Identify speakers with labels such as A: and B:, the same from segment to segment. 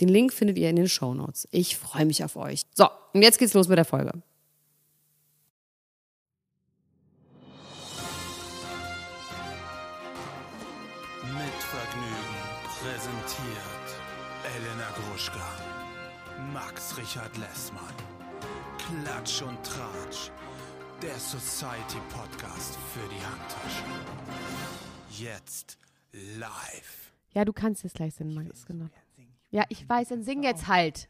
A: Den Link findet ihr in den Shownotes. Ich freue mich auf euch. So, und jetzt geht's los mit der Folge.
B: Mit Vergnügen präsentiert Elena Gruschka, Max Richard Lessmann, Klatsch und Tratsch, der Society Podcast für die Handtasche. Jetzt live.
A: Ja, du kannst es gleich singen, Max. Genau. Ja, ich weiß, dann sing jetzt halt.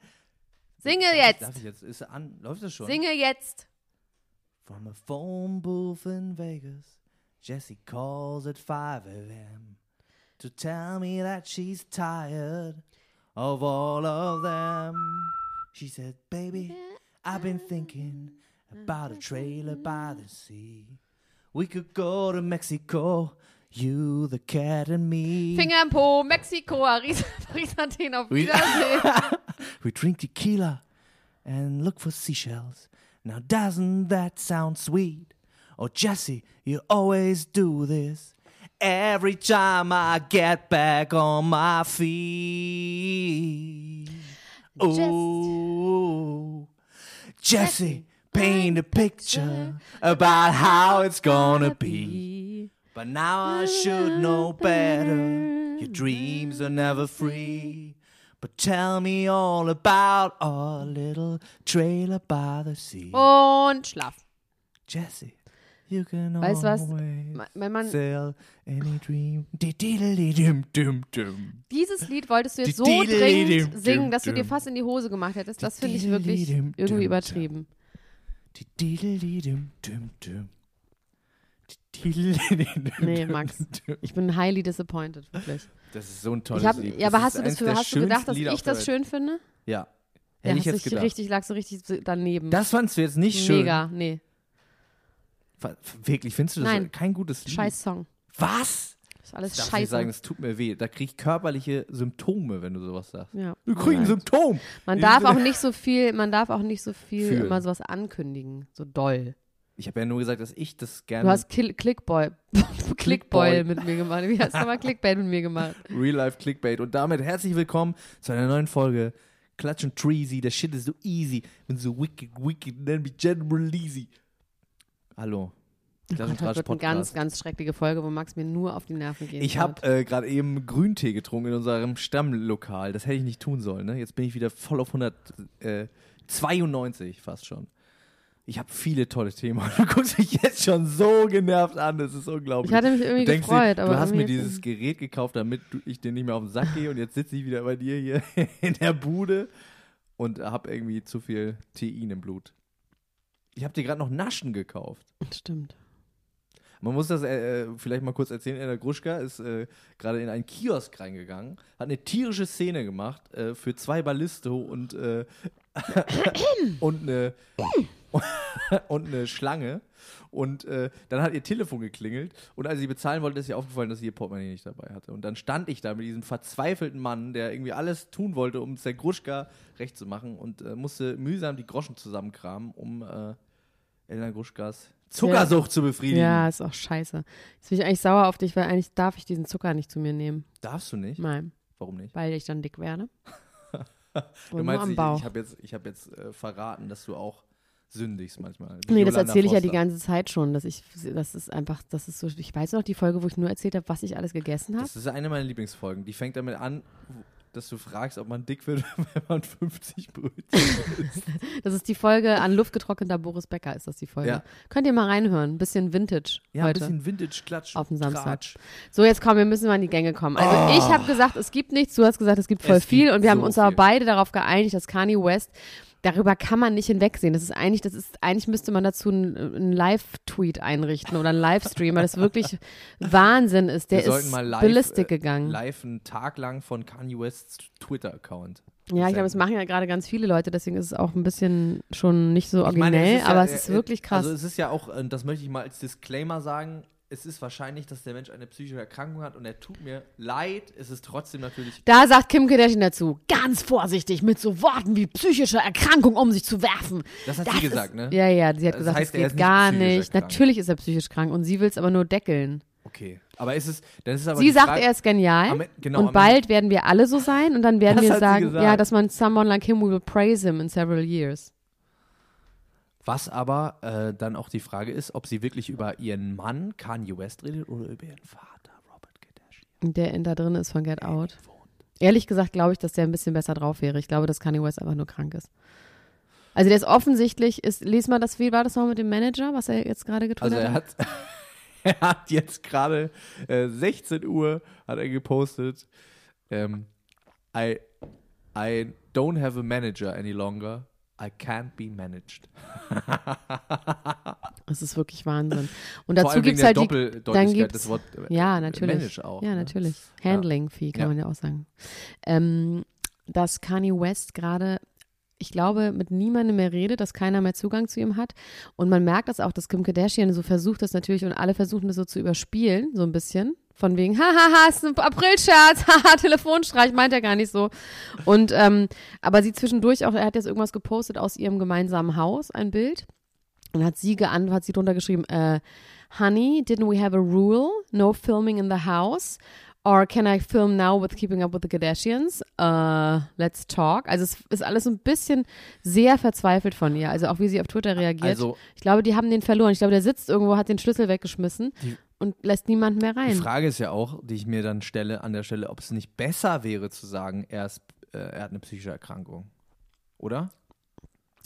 A: Singe jetzt.
C: Darf ich jetzt? Ist er an? Läuft das schon?
A: Singe jetzt.
C: From a phone booth in Vegas, Jessie calls at 5 a.m. to tell me that she's tired of all of them. She said, Baby, I've been thinking about a trailer by the sea. We could go to Mexico, you, the cat, and me.
A: Finger im Po, Mexiko, Paris, Paris, Athen, auf Wiedersehen.
C: We drink tequila and look for seashells. Now, doesn't that sound sweet? Oh, Jesse, you always do this. Every time I get back on my feet. Ooh. Jesse, paint a picture about how it's gonna be. But now I should know better. Your dreams are never free. But tell me all about our little trailer by the sea.
A: Oh. Und schlaf.
C: Jesse, you can
A: Weißt du was?
C: always
A: Me- Mein Mann,
C: sail any dream. Di-di-di-di-dum-dum-dum.
A: dieses Lied wolltest du jetzt so
C: Die- die-
A: dringend
C: die-
A: singen, dass du
C: die-
A: dir fast in die Hose gemacht hättest. Das
C: Die-
A: finde ich
C: die-
A: wirklich
C: die- die-
A: irgendwie
C: die-
A: übertrieben.
C: Di-di-di-dum-dum-dum. Di-di-di-dum-dum-dum.
A: Nee, Max. Ich bin highly disappointed, wirklich.
C: Das ist so ein tolles
A: Ich hab,
C: Lied.
A: ja,
C: Das
A: aber
C: ist
A: hast du, das
C: eins
A: für,
C: der
A: hast du gedacht, dass
C: schönsten Lieder
A: ich
C: auf der
A: das
C: Welt.
A: schön finde? Ja,
C: Ja. Hätte
A: hast
C: ich jetzt
A: dich
C: gedacht.
A: richtig, lagst du richtig daneben.
C: Das fandst du jetzt nicht schön.
A: Mega, nee.
C: Fa- Wirklich, findest du das
A: Nein.
C: kein gutes Lied?
A: Scheiß Song.
C: Was?
A: Ist alles
C: Hm. Darf ich
A: scheiße.
C: sagen, das tut mir weh. Da krieg ich körperliche Symptome, wenn du sowas sagst.
A: Ja.
C: Wir kriegen ein
A: Alright.
C: Symptom.
A: Man
C: In
A: darf
C: dem
A: auch
C: Sinne-
A: nicht so viel, man darf auch nicht so viel
C: Fühlen.
A: immer sowas ankündigen, so doll.
C: Ich habe ja nur gesagt, dass ich das
A: Du
C: gerne
A: hast Kill Clickboy, Clickboy
C: Ähm, Clickboy.
A: mit mir gemacht. Wie hast du mal Clickbait mit mir gemacht?
C: Real Life Clickbait. Und damit herzlich willkommen zu einer neuen Folge Klatsch und Treasy. Der Shit ist so easy. Bin so wicked, wicked, nenn mich General Easy. Hallo. Klatsch
A: Oh Das
C: und Tratsch
A: wird eine
C: Podcast.
A: ganz, ganz schreckliche Folge, wo Max mir nur auf die Nerven geht.
C: ich habe äh, gerade eben Grüntee getrunken in unserem Stammlokal. Das hätte ich nicht tun sollen. Ne? Jetzt bin ich wieder voll auf 192 fast schon. Ich habe viele tolle Themen. Du guckst mich jetzt schon so genervt an. Das ist unglaublich.
A: Ich hatte mich irgendwie
C: du denkst
A: gefreut,
C: dir,
A: aber
C: du hast mir
A: irgendwie jetzt-
C: dieses Gerät gekauft, damit du, ich dir nicht mehr auf den Sack gehe. Und jetzt sitze ich wieder bei dir hier in der Bude und habe irgendwie zu viel Tein im Blut. Ich habe dir gerade noch Naschen gekauft.
A: Stimmt.
C: Man muss das äh, äh, vielleicht mal kurz erzählen. Elena Gruschka ist äh, gerade in einen Kiosk reingegangen, hat eine tierische Szene gemacht äh, für zwei Ballisto und, äh, und, eine, und eine Schlange. Und äh, dann hat ihr Telefon geklingelt und als sie bezahlen wollte, ist ihr aufgefallen, dass sie ihr Portemonnaie nicht dabei hatte. Und dann stand ich da mit diesem verzweifelten Mann, der irgendwie alles tun wollte, um es der Gruschka recht zu machen und äh, musste mühsam die Groschen zusammenkramen, um äh, Elena Gruschkas Zuckersucht zu befriedigen.
A: Ja, ist auch scheiße. Jetzt bin ich eigentlich sauer auf dich, weil eigentlich darf ich diesen Zucker nicht zu mir nehmen.
C: Darfst du nicht?
A: Nein,
C: Warum nicht?
A: weil ich dann dick werde.
C: du
A: Und nur
C: meinst,
A: am
C: ich,
A: Bauch.
C: ich habe jetzt, ich hab jetzt äh, verraten, dass du auch sündigst manchmal. Wie
A: Nee, das
C: Yolanda
A: erzähle ich ja die
C: Foster.
A: ganze Zeit schon, dass ich, das ist einfach, das ist so, ich weiß noch die Folge, wo ich nur erzählt habe, was ich alles gegessen habe.
C: Das ist eine meiner Lieblingsfolgen. Die fängt damit an, dass du fragst, ob man dick wird, wenn man 50 Brötchen.
A: Das ist die Folge an Luft getrockneter Boris Becker, ist das die Folge.
C: Ja.
A: Könnt ihr mal reinhören, ein bisschen Vintage
C: Ja, ein
A: heute.
C: bisschen Vintage-Klatsch.
A: Auf den
C: und
A: Samstag.
C: Tratsch.
A: So, jetzt komm, wir müssen mal in die Gänge kommen. Also ich habe gesagt, es gibt nichts, du hast gesagt, es gibt voll
C: Oh. Es
A: viel
C: gibt
A: und wir haben
C: so
A: uns aber
C: viel.
A: beide darauf geeinigt, dass Kanye West darüber kann man nicht hinwegsehen. Das ist eigentlich, das ist, eigentlich müsste man dazu einen, einen Live-Tweet einrichten oder einen Livestream, weil das wirklich Wahnsinn ist. Der
C: Wir sollten
A: ist
C: mal live,
A: ballistic
C: äh,
A: gegangen.
C: live einen Tag lang von Kanye Wests Twitter-Account.
A: ja, ich glaube, es machen ja gerade ganz viele Leute, deswegen ist es auch ein bisschen schon nicht so
C: Ich meine,
A: originell,
C: ist ja,
A: aber es
C: äh,
A: ist
C: äh,
A: wirklich krass.
C: Also es ist ja auch, äh, das möchte ich mal als Disclaimer sagen, es ist wahrscheinlich, dass der Mensch eine psychische Erkrankung hat und er tut mir leid, es ist trotzdem natürlich
A: Da sagt Kim Kardashian dazu, ganz vorsichtig mit so Worten wie psychische Erkrankung um sich zu werfen.
C: Das hat sie gesagt, ne?
A: Ja, ja, sie hat
C: Das
A: gesagt,
C: heißt,
A: es
C: er
A: geht
C: ist nicht
A: gar
C: psychisch
A: nicht.
C: erkrankt.
A: Natürlich ist er psychisch krank und sie will es aber nur deckeln.
C: Okay. Aber ist es, dann ist es aber
A: sie
C: die
A: sagt,
C: Frage,
A: er ist genial
C: Am E- genau, am
A: und
C: Ende-
A: bald werden wir alle so sein und dann werden
C: Das
A: wir
C: hat sie
A: sagen,
C: gesagt.
A: ja, dass man someone like him, we will praise him in several years.
C: Was aber äh, dann auch die Frage ist, ob sie wirklich über ihren Mann Kanye West redet oder über ihren Vater Robert Kardashian.
A: Und Der in da drin ist von Get Out. Ehrlich gesagt glaube ich, dass der ein bisschen besser drauf wäre. Ich glaube, dass Kanye West einfach nur krank ist. Also der ist offensichtlich, ist, lies mal das, wie war das noch mit dem Manager, was er jetzt gerade
C: Also
A: getwittert
C: er
A: hat?
C: hat, er hat jetzt gerade äh, 16 Uhr hat er gepostet. Ähm, I, I don't have a manager any longer. I can't be managed.
A: Das ist wirklich Wahnsinn. Und
C: Vor
A: dazu
C: allem
A: gibt
C: wegen
A: es
C: der
A: halt die, dann
C: Doppeldeutigkeit
A: gibt's-
C: des Wort äh,
A: ja, natürlich.
C: Manage auch.
A: ja,
C: ne?
A: natürlich. Handling-Fee kann
C: Ja.
A: man ja auch sagen. Ähm, dass Kanye West gerade, ich glaube, mit niemandem mehr redet, dass keiner mehr Zugang zu ihm hat. Und man merkt das auch, dass Kim Kardashian so versucht das natürlich und alle versuchen das so zu überspielen, so ein bisschen. Von wegen, hahaha, ist ein Aprilscherz, haha, Telefonstreich, meint er gar nicht so. Und, ähm, aber sie zwischendurch auch, er hat jetzt irgendwas gepostet aus ihrem gemeinsamen Haus, ein Bild. Und hat sie geantwortet, hat sie drunter geschrieben, äh, Honey, didn't we have a rule? No filming in the house? Or can I film now with Keeping Up with the Kardashians? Uh, let's talk. Also es ist alles so ein bisschen sehr verzweifelt von ihr. Also auch wie sie auf Twitter reagiert.
C: Also-
A: ich glaube, die haben den verloren. Ich glaube, der sitzt irgendwo, hat den Schlüssel weggeschmissen und lässt niemanden mehr
C: Die
A: rein.
C: Frage ist ja auch, die ich mir dann stelle an der Stelle, ob es nicht besser wäre zu sagen, er, ist, äh, er hat eine psychische Erkrankung. Oder?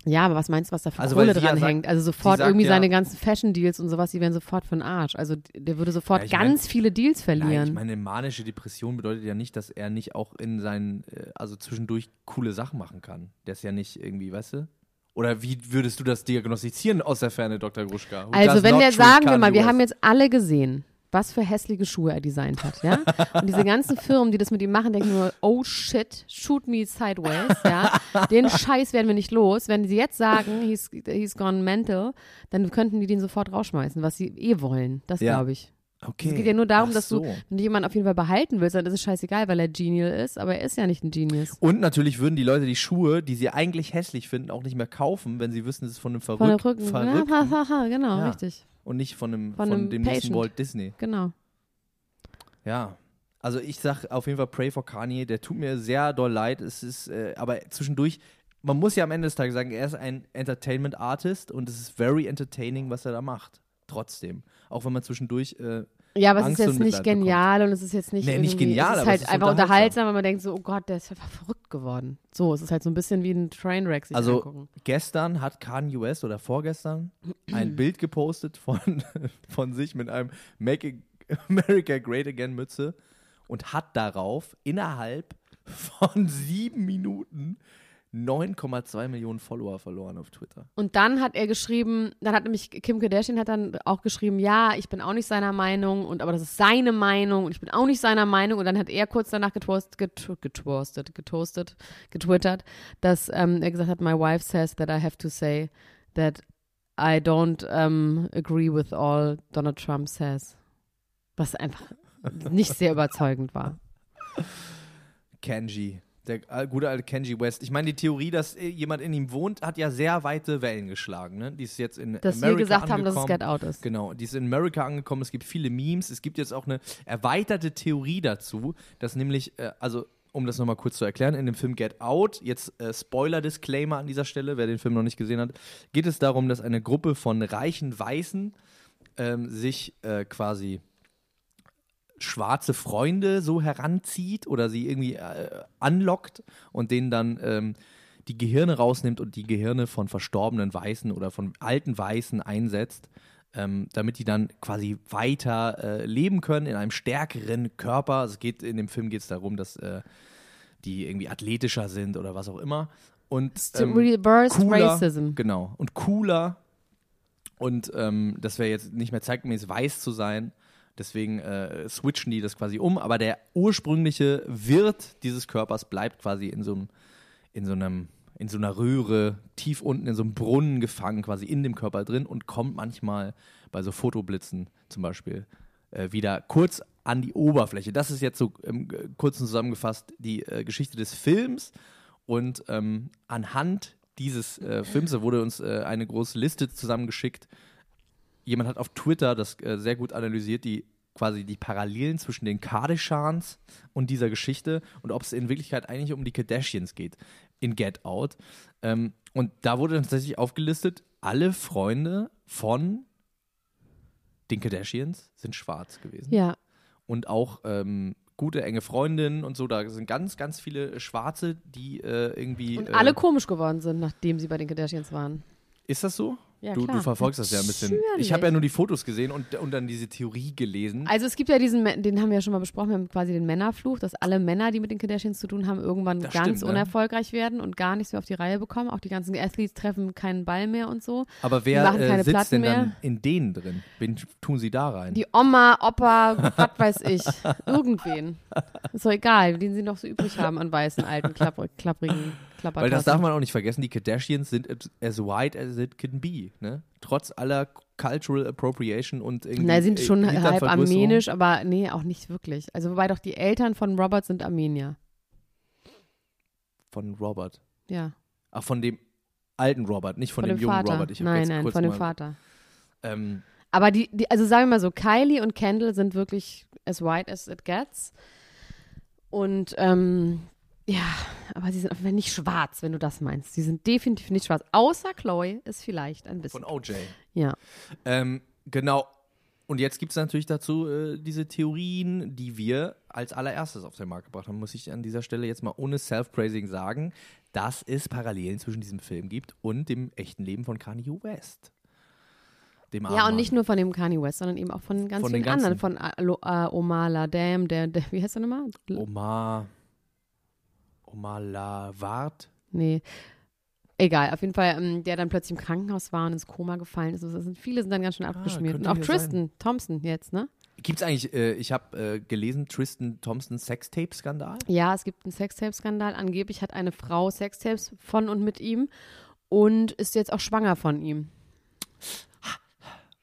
A: Ja, aber was meinst du, was da für
C: Also, weil
A: Kohle
C: sie ja
A: dran
C: sagt-
A: hängt? Also sofort
C: sie sagt
A: irgendwie
C: ja-
A: seine ganzen Fashion-Deals und sowas, die wären sofort für den Arsch. Also der würde
C: Ja,
A: sofort
C: ich mein-
A: ganz viele Deals
C: Nein, ich
A: verlieren.
C: meine, manische Depression bedeutet ja nicht, dass er nicht auch in seinen, äh, also zwischendurch coole Sachen machen kann. Der ist ja nicht irgendwie, weißt du? Oder wie würdest du das diagnostizieren aus der Ferne, Dr. Gruschka? Who
A: Also
C: does
A: wenn
C: not
A: der,
C: treat
A: sagen wir
C: Kanye
A: mal, wir
C: West?
A: haben jetzt alle gesehen, was für hässliche Schuhe er designt hat, ja? Und diese ganzen Firmen, die das mit ihm machen, denken nur, oh shit, shoot me sideways, ja? Den Scheiß werden wir nicht los. Wenn sie jetzt sagen, he's, he's gone mental, dann könnten die den sofort rausschmeißen, was sie eh wollen. Das
C: Ja.
A: glaube ich.
C: Okay.
A: Es geht ja nur darum,
C: Ach
A: dass
C: so.
A: du wenn du jemanden auf jeden Fall behalten willst, dann ist es scheißegal, weil er Genial ist, aber er ist ja nicht ein Genius.
C: Und natürlich würden die Leute die Schuhe, die sie eigentlich hässlich finden, auch nicht mehr kaufen, wenn sie wissen, es ist von einem
A: Von
C: Verrück
A: der Rücken.
C: Verrückten
A: Ja, ha, ha, ha, genau,
C: Ja.
A: richtig.
C: und nicht von, einem,
A: Von
C: von,
A: einem
C: dem nächsten
A: Patient.
C: Walt Disney.
A: Genau.
C: Ja. Also ich sag auf jeden Fall Pray for Kanye, der tut mir sehr doll leid. Es ist, äh, aber zwischendurch, man muss ja am Ende des Tages sagen, er ist ein Entertainment Artist und es ist very entertaining, was er da macht. Trotzdem. Auch wenn man zwischendurch, äh,
A: Ja, aber
C: Angst
A: es ist
C: und
A: jetzt nicht
C: Mitleid bekommt.
A: genial und es ist jetzt nicht
C: Nee, nicht
A: irgendwie-
C: genial,
A: es ist
C: aber
A: halt
C: es ist
A: einfach
C: unterhaltsam.
A: unterhaltsam, weil man denkt so, oh Gott, der ist einfach verrückt geworden. So, es ist halt so ein bisschen wie ein Trainwreck sich
C: also
A: angucken.
C: gestern hat Kanye West oder vorgestern ein Bild gepostet von, von sich mit einem Make America Great Again Mütze und hat darauf innerhalb von sieben Minuten 9,2 Millionen Follower verloren auf Twitter.
A: Und dann hat er geschrieben, dann hat nämlich Kim Kardashian hat dann auch geschrieben, ja, ich bin auch nicht seiner Meinung und aber das ist seine Meinung und ich bin auch nicht seiner Meinung und dann hat er kurz danach getoast, get, getoastet, getoastet, getwittert, dass ähm, er gesagt hat, my wife says that I have to say that I don't ähm, agree with all Donald Trump says. Was einfach nicht sehr überzeugend war.
C: Kenji. Der äh, gute alte Kenji West. Ich meine, die Theorie, dass äh, jemand in ihm wohnt, hat ja sehr weite Wellen geschlagen. Ne? Die ist jetzt in
A: Dass
C: Amerika
A: wir gesagt haben, dass es
C: angekommen.
A: Get Out ist.
C: Genau, die ist in America angekommen. Es gibt viele Memes. Es gibt jetzt auch eine erweiterte Theorie dazu, dass nämlich, äh, also um das nochmal kurz zu erklären, in dem Film Get Out, jetzt äh, Spoiler-Disclaimer an dieser Stelle, wer den Film noch nicht gesehen hat, geht es darum, dass eine Gruppe von reichen Weißen ähm, sich äh, quasi schwarze Freunde so heranzieht oder sie irgendwie äh, anlockt und denen dann ähm, die Gehirne rausnimmt und die Gehirne von verstorbenen Weißen oder von alten Weißen einsetzt, ähm, damit die dann quasi weiter äh, leben können in einem stärkeren Körper. Also es geht in dem Film geht es darum, dass äh, die irgendwie athletischer sind oder was auch immer. und
A: To reverse racism.
C: Genau. Und cooler. Und ähm, das wäre jetzt nicht mehr zeitgemäß, weiß zu sein. Deswegen äh, switchen die das quasi um. Aber der ursprüngliche Wirt dieses Körpers bleibt quasi in so einem, in so einem, in so einer Röhre, tief unten in so einem Brunnen gefangen, quasi in dem Körper drin und kommt manchmal bei so Fotoblitzen zum Beispiel äh, wieder kurz an die Oberfläche. Das ist jetzt so im äh, kurzen zusammengefasst die äh, Geschichte des Films. Und ähm, anhand dieses äh, Films, da wurde uns äh, eine große Liste zusammengeschickt. Jemand hat auf Twitter das äh, sehr gut analysiert, die quasi die Parallelen zwischen den Kardashians und dieser Geschichte und ob es in Wirklichkeit eigentlich um die Kardashians geht in Get Out. Ähm, und da wurde dann tatsächlich aufgelistet, alle Freunde von den Kardashians sind schwarz gewesen
A: Ja.
C: und auch ähm, gute enge Freundinnen und so. Da sind ganz, ganz viele Schwarze, die äh, irgendwie.
A: Und
C: äh,
A: alle komisch geworden sind, nachdem sie bei den Kardashians waren.
C: Ist das so?
A: Ja,
C: du,
A: klar.
C: du verfolgst das ja ein bisschen.
A: Natürlich.
C: Ich habe ja nur die Fotos gesehen und, und dann diese Theorie gelesen.
A: Also es gibt ja diesen, Mä- den haben wir ja schon mal besprochen, wir haben quasi den Männerfluch, dass alle Männer, die mit den Kardashians zu tun haben, irgendwann
C: Das
A: ganz
C: stimmt, ne?
A: unerfolgreich werden und gar nichts mehr auf die Reihe bekommen. Auch die ganzen Athletes treffen keinen Ball mehr und so.
C: Aber
A: die
C: wer
A: machen
C: äh,
A: keine
C: sitzt
A: Platten
C: denn
A: mehr.
C: dann in denen drin? Wen tun sie da rein?
A: Die Oma, Opa, was weiß ich, irgendwen. Ist doch egal, den sie noch so übrig haben an weißen, alten, klapper, klapprigen
C: Weil das darf
A: Klappertassen.
C: man auch nicht vergessen, die Kardashians sind as- as white as it can be, ne? Trotz aller Cultural Appropriation und irgendwie.
A: Na, sind
C: äh,
A: schon halb
C: Eliternvergrößerung.
A: armenisch, aber nee, auch nicht wirklich. Also wobei doch die Eltern von Robert sind Armenier.
C: Von Robert.
A: Ja,
C: Ach, von dem alten Robert, nicht von,
A: von,
C: dem,
A: dem
C: jungen
A: Vater.
C: Robert. Ich hab
A: nein,
C: jetzt
A: nein,
C: kurz
A: von dem
C: mal-
A: Vater.
C: Ähm,
A: Aber die, die, also sagen wir mal so, Kylie und Kendall sind wirklich as white as it gets. Und ähm, ja, aber sie sind auf jeden Fall nicht schwarz, wenn du das meinst. Sie sind definitiv nicht schwarz. Außer Chloe ist vielleicht ein bisschen.
C: Von OJ.
A: Ja.
C: Ähm, genau. Und jetzt gibt es natürlich dazu äh, diese Theorien, die wir als allererstes auf den Markt gebracht haben. Muss ich an dieser Stelle jetzt mal ohne Self-Praising sagen, dass es Parallelen zwischen diesem Film gibt und dem echten Leben von Kanye West. Dem armen
A: Ja, und
C: Ah, Mann.
A: nicht nur von dem Kanye West, sondern eben auch von ganz
C: Von den
A: vielen anderen. Von Alo- äh, Omala Dam, der, der, wie heißt der nochmal? L-
C: Oh. Omar. Omar Lavard.
A: Nee. Egal, auf jeden Fall, ähm, der dann plötzlich im Krankenhaus war und ins Koma gefallen ist. Also, es sind, viele sind dann ganz schön abgeschmiert. und
C: Ah, könnte
A: auch
C: ja
A: Tristan Thompson jetzt, ne?
C: Gibt es eigentlich, äh, ich habe äh, gelesen, Tristan Thompsons Sextape-Skandal?
A: Ja, es gibt einen Sextape-Skandal. Angeblich hat eine Frau Sextapes von und mit ihm und ist jetzt auch schwanger von ihm.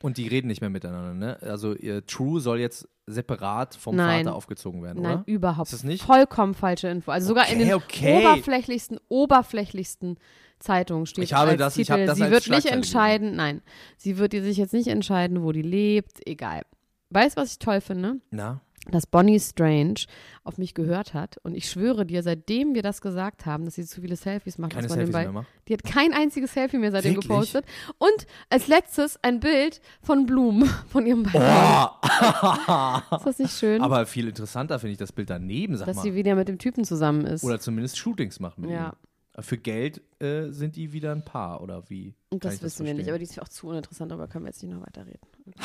C: Und die reden nicht mehr miteinander, ne? Also ihr True soll jetzt separat vom
A: Nein.
C: Vater aufgezogen werden,
A: Nein,
C: oder?
A: überhaupt.
C: Ist das nicht?
A: Vollkommen falsche Info. Also sogar in
C: Okay,
A: den
C: okay.
A: oberflächlichsten, oberflächlichsten Zeitungen steht
C: Ich habe
A: als
C: das-
A: Titel,
C: ich habe das
A: sie
C: als
A: wird nicht
C: Schlagzeile
A: entscheiden, nein, sie wird sich jetzt nicht entscheiden, wo die lebt, egal. Weißt du, was ich toll finde?
C: Na?
A: dass Bonnie Strange auf mich gehört hat. Und ich schwöre dir, seitdem wir das gesagt haben, dass sie zu viele Selfies macht,
C: Keine
A: dass man den
C: Selfies
A: Ball-
C: mehr macht?
A: Die hat kein einziges Selfie mehr seitdem
C: Wirklich?
A: gepostet. Und als letztes ein Bild von Blumen von ihrem Balkon. Ist das nicht schön?
C: Ah, Oh. Aber viel interessanter finde ich das Bild daneben, sag
A: dass sie
C: mal.
A: wieder mit dem Typen zusammen ist.
C: Oder zumindest Shootings macht mit
A: Ja.
C: ihm. Für Geld äh, sind die wieder ein Paar, oder wie?
A: Und
C: Kann
A: das
C: ich
A: wissen wir nicht, aber
C: verstehen?
A: die ist ja auch zu uninteressant, darüber können wir jetzt nicht noch weiterreden.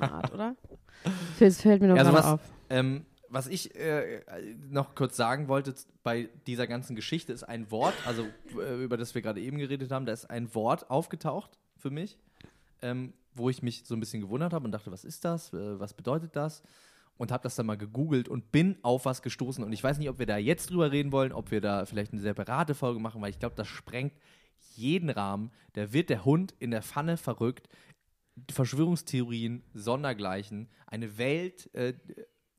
A: Eine Art, oder? Das fällt mir noch
C: also
A: gerade
C: was,
A: auf.
C: ähm, was ich äh, noch kurz sagen wollte z- bei dieser ganzen Geschichte ist ein Wort, also äh, über das wir gerade eben geredet haben, da ist ein Wort aufgetaucht für mich, ähm, wo ich mich so ein bisschen gewundert habe und dachte, was ist das, äh, was bedeutet das? Und habe das dann mal gegoogelt und bin auf was gestoßen. Und ich weiß nicht, ob wir da jetzt drüber reden wollen, ob wir da vielleicht eine separate Folge machen, weil ich glaube, das sprengt jeden Rahmen. Da wird der Hund in der Pfanne verrückt. Verschwörungstheorien, Sondergleichen, eine Welt. Äh,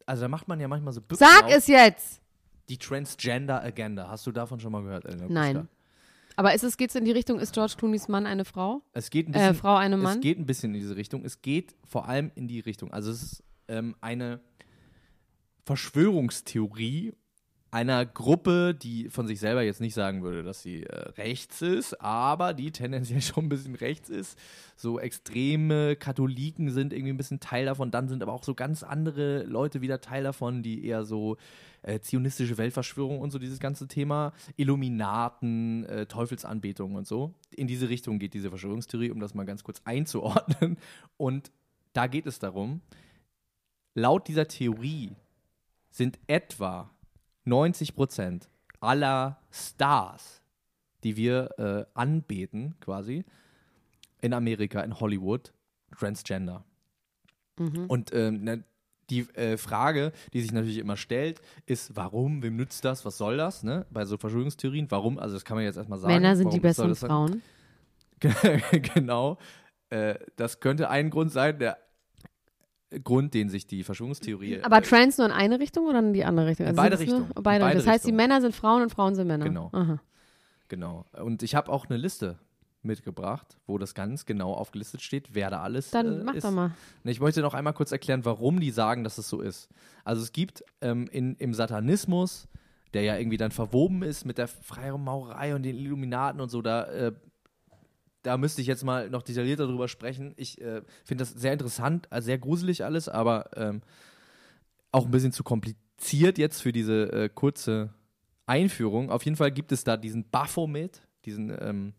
C: also da macht man ja manchmal so Büchsen
A: Sag
C: auf.
A: es jetzt!
C: Die Transgender Agenda. Hast du davon schon mal gehört, Elena?
A: Nein.
C: Guschka?
A: Aber ist es, geht's in die Richtung, ist George Clooney's Mann eine Frau?
C: Es geht ein bisschen,
A: Äh, Frau einem Mann?
C: Es geht ein bisschen in diese Richtung. Es geht vor allem in die Richtung. Also es ist ähm, eine Verschwörungstheorie einer Gruppe, die von sich selber jetzt nicht sagen würde, dass sie äh, rechts ist, aber die tendenziell schon ein bisschen rechts ist. So extreme Katholiken sind irgendwie ein bisschen Teil davon, dann sind aber auch so ganz andere Leute wieder Teil davon, die eher so äh, zionistische Weltverschwörung und so dieses ganze Thema, Illuminaten, äh, Teufelsanbetung und so. In diese Richtung geht diese Verschwörungstheorie, um das mal ganz kurz einzuordnen. Und da geht es darum, laut dieser Theorie sind etwa 90 Prozent aller Stars die wir äh, anbeten, quasi, in Amerika, in Hollywood, Transgender.
A: Mhm.
C: Und ähm, ne, die äh, Frage, die sich natürlich immer stellt, ist, warum, wem nützt das, was soll das, ne? Bei so Verschwörungstheorien, warum, also das kann man jetzt erstmal sagen.
A: Männer sind die
C: warum soll
A: besseren
C: das sein?
A: Frauen.
C: genau. Äh, das könnte ein Grund sein, der Grund, den sich die Verschwörungstheorie. äh,
A: Aber Trans nur in eine Richtung oder in die andere Richtung?
C: In beide
A: sind es nur-
C: Richtungen. In
A: Beide.
C: beide
A: Das heißt, die
C: Richtungen.
A: Männer sind Frauen und Frauen sind Männer.
C: Genau.
A: Aha.
C: genau. Und ich habe auch eine Liste mitgebracht, wo das ganz genau aufgelistet steht, wer da alles
A: Dann
C: äh,
A: mach
C: ist.
A: doch mal.
C: Und Ich möchte noch einmal kurz erklären, warum die sagen, dass es so ist. Also es gibt ähm, in, im Satanismus, der ja irgendwie dann verwoben ist mit der Freimaurerei und den Illuminaten und so, da, äh, da müsste ich jetzt mal noch detaillierter drüber sprechen. Ich äh, finde das sehr interessant, äh, sehr gruselig alles, aber ähm, auch ein bisschen zu kompliziert jetzt für diese äh, kurze Einführung. Auf jeden Fall gibt es da diesen Baphomet, diesen ähm,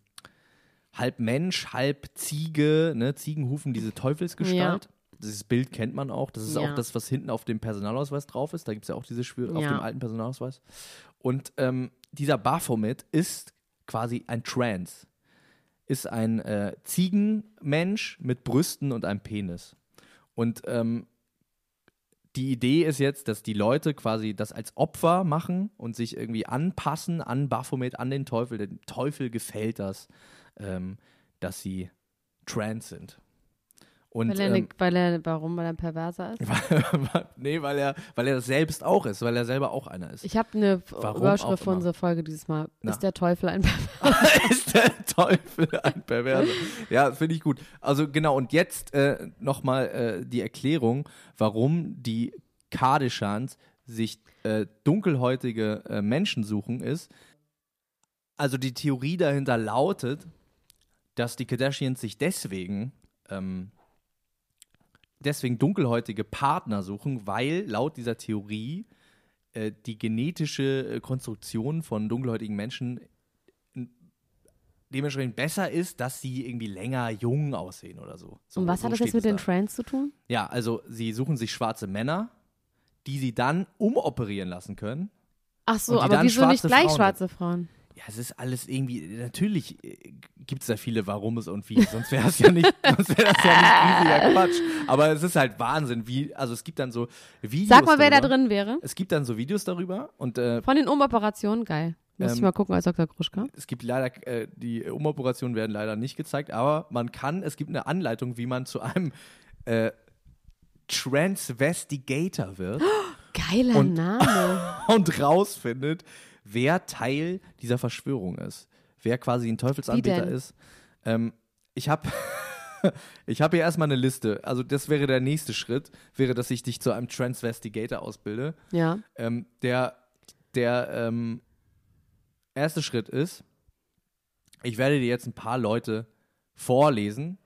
C: halb Mensch, halb Ziege, ne, Ziegenhufen, diese Teufelsgestalt. Dieses Bild kennt man auch. Das ist
A: Ja.
C: auch das, was hinten auf dem Personalausweis drauf ist. Da gibt es ja auch diese Schwür auf
A: Ja.
C: dem alten Personalausweis. Und ähm, dieser Baphomet ist quasi ein Trans. Ist ein äh, Ziegenmensch mit Brüsten und einem Penis. Und ähm, die Idee ist jetzt, dass die Leute quasi das als Opfer machen und sich irgendwie anpassen an Baphomet, an den Teufel. Dem Teufel gefällt das, ähm, dass sie trans sind. Und,
A: Weil er, ne, weil er, warum? Weil er ein Perverser ist?
C: ähm, nee, weil er, weil er das selbst auch ist, weil er selber auch einer ist.
A: Ich habe eine
C: Warum auch
A: Überschrift für
C: immer.
A: unsere Folge dieses Mal.
C: Na.
A: Ist der Teufel ein Perverser?
C: ist der Teufel ein Perverser. Ja, finde ich gut. Also genau, und jetzt äh, nochmal äh, die Erklärung, warum die Kardeschans sich äh, dunkelhäutige äh, Menschen suchen, ist, also die Theorie dahinter lautet, dass die Kardashians sich deswegen ähm, deswegen dunkelhäutige Partner suchen, weil laut dieser Theorie äh, die genetische äh, Konstruktion von dunkelhäutigen Menschen n- dementsprechend besser ist, dass sie irgendwie länger jung aussehen oder so. so
A: und was
C: so
A: hat das jetzt
C: steht
A: mit
C: es
A: den
C: da.
A: Trans zu tun?
C: Ja, also sie suchen sich schwarze Männer, die sie dann umoperieren lassen können.
A: Ach
C: Und
A: so,
C: die
A: aber
C: dann
A: wieso nicht
C: schwarze
A: gleich
C: Frauen-
A: schwarze Frauen?
C: Ja, es ist alles irgendwie, natürlich gibt es da viele Warum es und wie, sonst wäre das ja nicht, sonst wäre das ja nicht riesiger Quatsch. Aber es ist halt Wahnsinn, wie, also es gibt dann so Videos.
A: Sag mal, wer da
C: darüber.
A: drin wäre.
C: Es gibt dann so Videos darüber und äh,
A: Von den Umoperationen, geil. Muss ich
C: Ähm,
A: mal gucken als Dr. Kruschka.
C: es gibt leider, äh, die Umoperationen werden leider nicht gezeigt, aber man kann, es gibt eine Anleitung, wie man zu einem äh, Transvestigator wird
A: Geiler
C: Und-
A: Name.
C: und rausfindet, wer Teil dieser Verschwörung ist. Wer quasi ein
A: Wie
C: Teufelsanbeter
A: denn?
C: ist. Ähm, ich habe ich hab hier erstmal eine Liste. Also das wäre der nächste Schritt, wäre, dass ich dich zu einem Transvestigator ausbilde.
A: ja.
C: Ähm, der der ähm, erste Schritt ist, ich werde dir jetzt ein paar Leute vorlesen,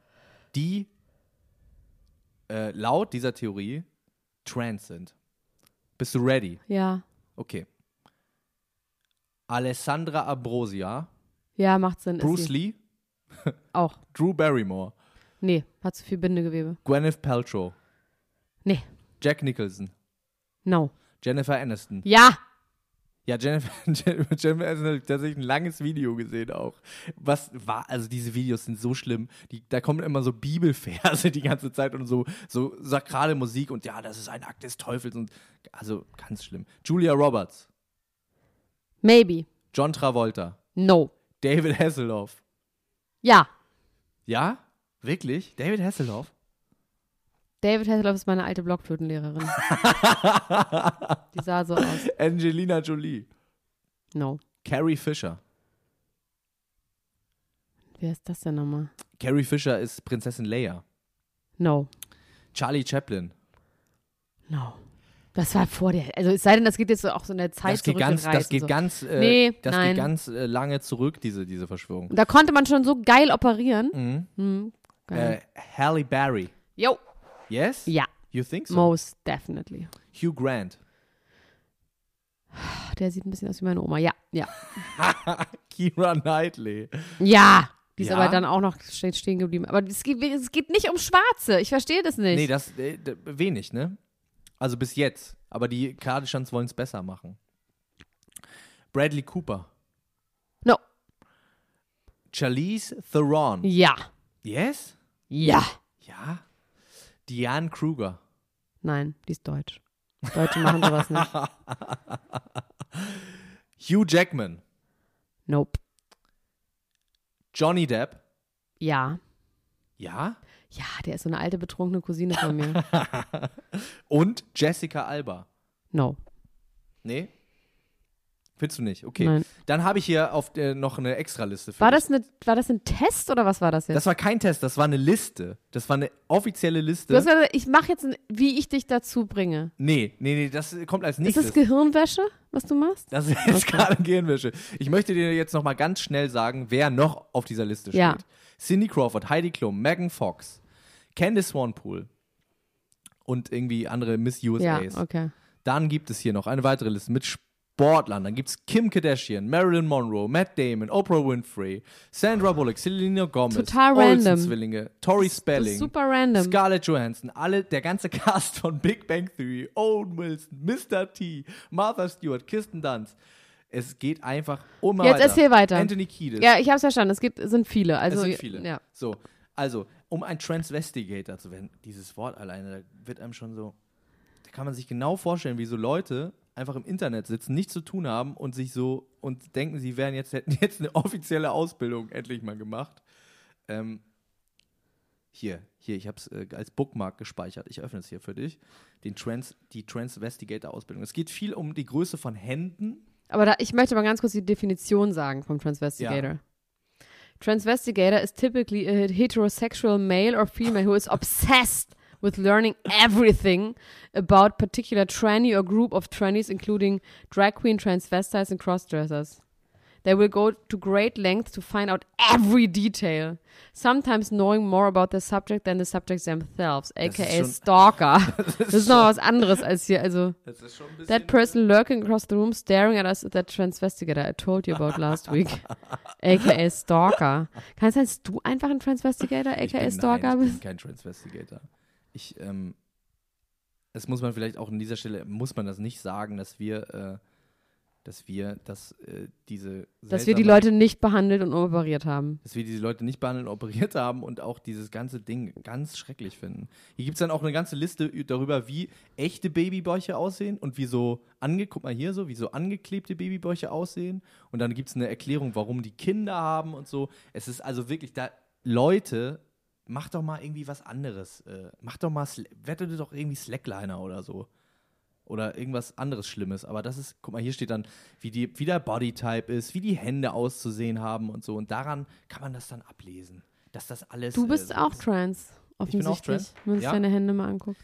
C: die äh, laut dieser Theorie trans sind. Bist du ready?
A: Ja.
C: Okay. Alessandra Ambrosia,
A: Ja, macht Sinn. ist
C: Bruce
A: sie.
C: Lee,
A: Auch.
C: Drew Barrymore,
A: Nee, hat zu viel Bindegewebe.
C: Gwyneth Paltrow,
A: Nee.
C: Jack Nicholson,
A: No.
C: Jennifer Aniston.
A: Ja.
C: Ja, Jennifer, Jennifer, Jennifer Aniston habe ich tatsächlich ein langes Video gesehen auch. Was war, also diese Videos sind so schlimm. Die, da kommen immer so Bibelverse die ganze Zeit und so, so sakrale Musik und ja, das ist ein Akt des Teufels und also ganz schlimm. Julia Roberts,
A: Maybe.
C: John Travolta,
A: No.
C: David Hasselhoff.
A: Ja.
C: Ja? Wirklich? David Hasselhoff?
A: David Hasselhoff ist meine alte Blockflötenlehrerin. Die sah so aus.
C: Angelina Jolie.
A: No.
C: Carrie Fisher.
A: Wer ist das denn nochmal?
C: Carrie Fisher ist Prinzessin Leia.
A: No.
C: Charlie Chaplin.
A: No. Das war vor der. Also es sei denn, das geht jetzt so auch so in der Zeit
C: Das geht ganz, das
A: zurückgereist
C: geht
A: und so.
C: ganz, äh,
A: Nee,
C: das
A: nein.
C: geht ganz äh, lange zurück, diese, diese Verschwörung.
A: Und da konnte man schon so geil operieren.
C: Mhm.
A: Mhm. Geil.
C: Äh, Halle Berry.
A: Jo.
C: Yes?
A: Ja.
C: You think Äh, so?
A: Most definitely.
C: Hugh Grant.
A: Ach, der sieht ein bisschen aus wie meine Oma. Ja, ja.
C: Kira Knightley.
A: Ja. Die ist
C: Ja?
A: aber dann auch noch ste- stehen geblieben. Aber es geht, es geht nicht um Schwarze. Ich verstehe das nicht.
C: Nee, das, äh, d- wenig, ne? Also bis jetzt. Aber die Kardashians wollen es besser machen. Bradley Cooper.
A: no.
C: Charlize Theron.
A: Ja.
C: Yes?
A: Ja.
C: Ja. Diane Kruger.
A: Nein, die ist deutsch. Deutsche machen sowas nicht.
C: Hugh Jackman.
A: Nope.
C: Johnny Depp.
A: Ja.
C: Ja.
A: Ja, der ist so eine alte betrunkene Cousine von mir.
C: Und Jessica Alba.
A: No.
C: Nee? Findest du nicht? Okay.
A: Nein.
C: Dann habe ich hier auf, äh, noch eine Extraliste für
A: War
C: dich.
A: das, eine, war das ein Test oder was war das jetzt?
C: Das äh, war kein Test, das war eine Liste. Das war eine offizielle Liste.
A: du hast gesagt, ich mache jetzt, ein, wie ich dich dazu bringe.
C: nee, nee, nee, das kommt als
A: Ist
C: nächstes.
A: das Gehirnwäsche, was du machst?
C: das ist jetzt gerade Gehirnwäsche. Ich möchte dir jetzt nochmal ganz schnell sagen, wer noch auf dieser Liste steht.
A: Ja.
C: Cindy Crawford, Heidi Klum, Megan Fox, Candice Swanpool und irgendwie andere Miss
A: Ja,
C: USAs.
A: okay.
C: Dann gibt es hier noch eine weitere Liste mit Sportlern. Dann gibt es Kim Kardashian, Marilyn Monroe, Matt Damon, Oprah Winfrey, Sandra Bullock, Selena Gomez,
A: Total random.
C: Zwillinge, Tori Spelling,
A: Das ist super random.
C: Scarlett Johansson, alle, der ganze Cast von Big Bang Theory, Owen Wilson, Mr. T, Martha Stewart, Kirsten Dunst. Es geht einfach um
A: Jetzt erzähl weiter.
C: Anthony Kiedis.
A: Ja, ich habe es verstanden. Es gibt, es sind viele. Also,
C: es sind viele.
A: Ja.
C: So, also, um ein Transvestigator zu werden, dieses Wort alleine, da wird einem schon so, da kann man sich genau vorstellen, wie so Leute einfach im Internet sitzen, nichts zu tun haben und sich so und denken, sie wären jetzt, hätten jetzt eine offizielle Ausbildung endlich mal gemacht. Ähm, hier, hier, ich habe es äh, als Bookmark gespeichert. Ich öffne es hier für dich. Den Trans, die Transvestigator-Ausbildung. Es geht viel um die Größe von Händen
A: Aber da, ich möchte mal ganz kurz die Definition sagen vom Transvestigator. Transvestigator is typically a heterosexual male or female who is obsessed with learning everything about particular tranny or group of trannies, including drag queen, transvestites and crossdressers. They will go to great lengths to find out every detail, sometimes knowing more about the subject than the subjects themselves, aka
C: schon-
A: Stalker. das ist noch was anderes als hier, also.
C: Das ist schon ein bisschen.
A: That person lurking across the room staring at us is that transvestigator I told you about last week. AKA Stalker. Kann es sein, dass du einfach ein Transvestigator,
C: Ich bin-
A: AKA Stalker
C: nein, Ich bin
A: bist?
C: kein Transvestigator. Ich, ähm, das muss man vielleicht auch an dieser Stelle, muss man das nicht sagen, dass wir, äh, dass wir, dass äh, diese
A: Dass wir die
C: seltsame-
A: Leute nicht behandelt und operiert haben.
C: dass wir diese Leute nicht behandelt und operiert haben und auch dieses ganze Ding ganz schrecklich finden. Hier gibt es dann auch eine ganze Liste ü- darüber, wie echte Babybäuche aussehen und wie so, ange guck mal hier so, wie so angeklebte Babybäuche aussehen. Und dann gibt es eine Erklärung, warum die Kinder haben und so. Es ist also wirklich da, Leute, macht doch mal irgendwie was anderes. Äh, macht doch mal, Sl- werdet doch irgendwie Slackliner oder so oder irgendwas anderes Schlimmes. Aber das ist, guck mal, hier steht dann, wie, die, wie der Bodytype ist, wie die Hände auszusehen haben und so. Und daran kann man das dann ablesen, dass das alles.
A: Du
C: äh,
A: bist
C: so
A: auch
C: ist.
A: trans,
C: bin auch
A: offensichtlich.
C: trans,
A: Wenn man sich
C: ja.
A: deine Hände mal anguckt.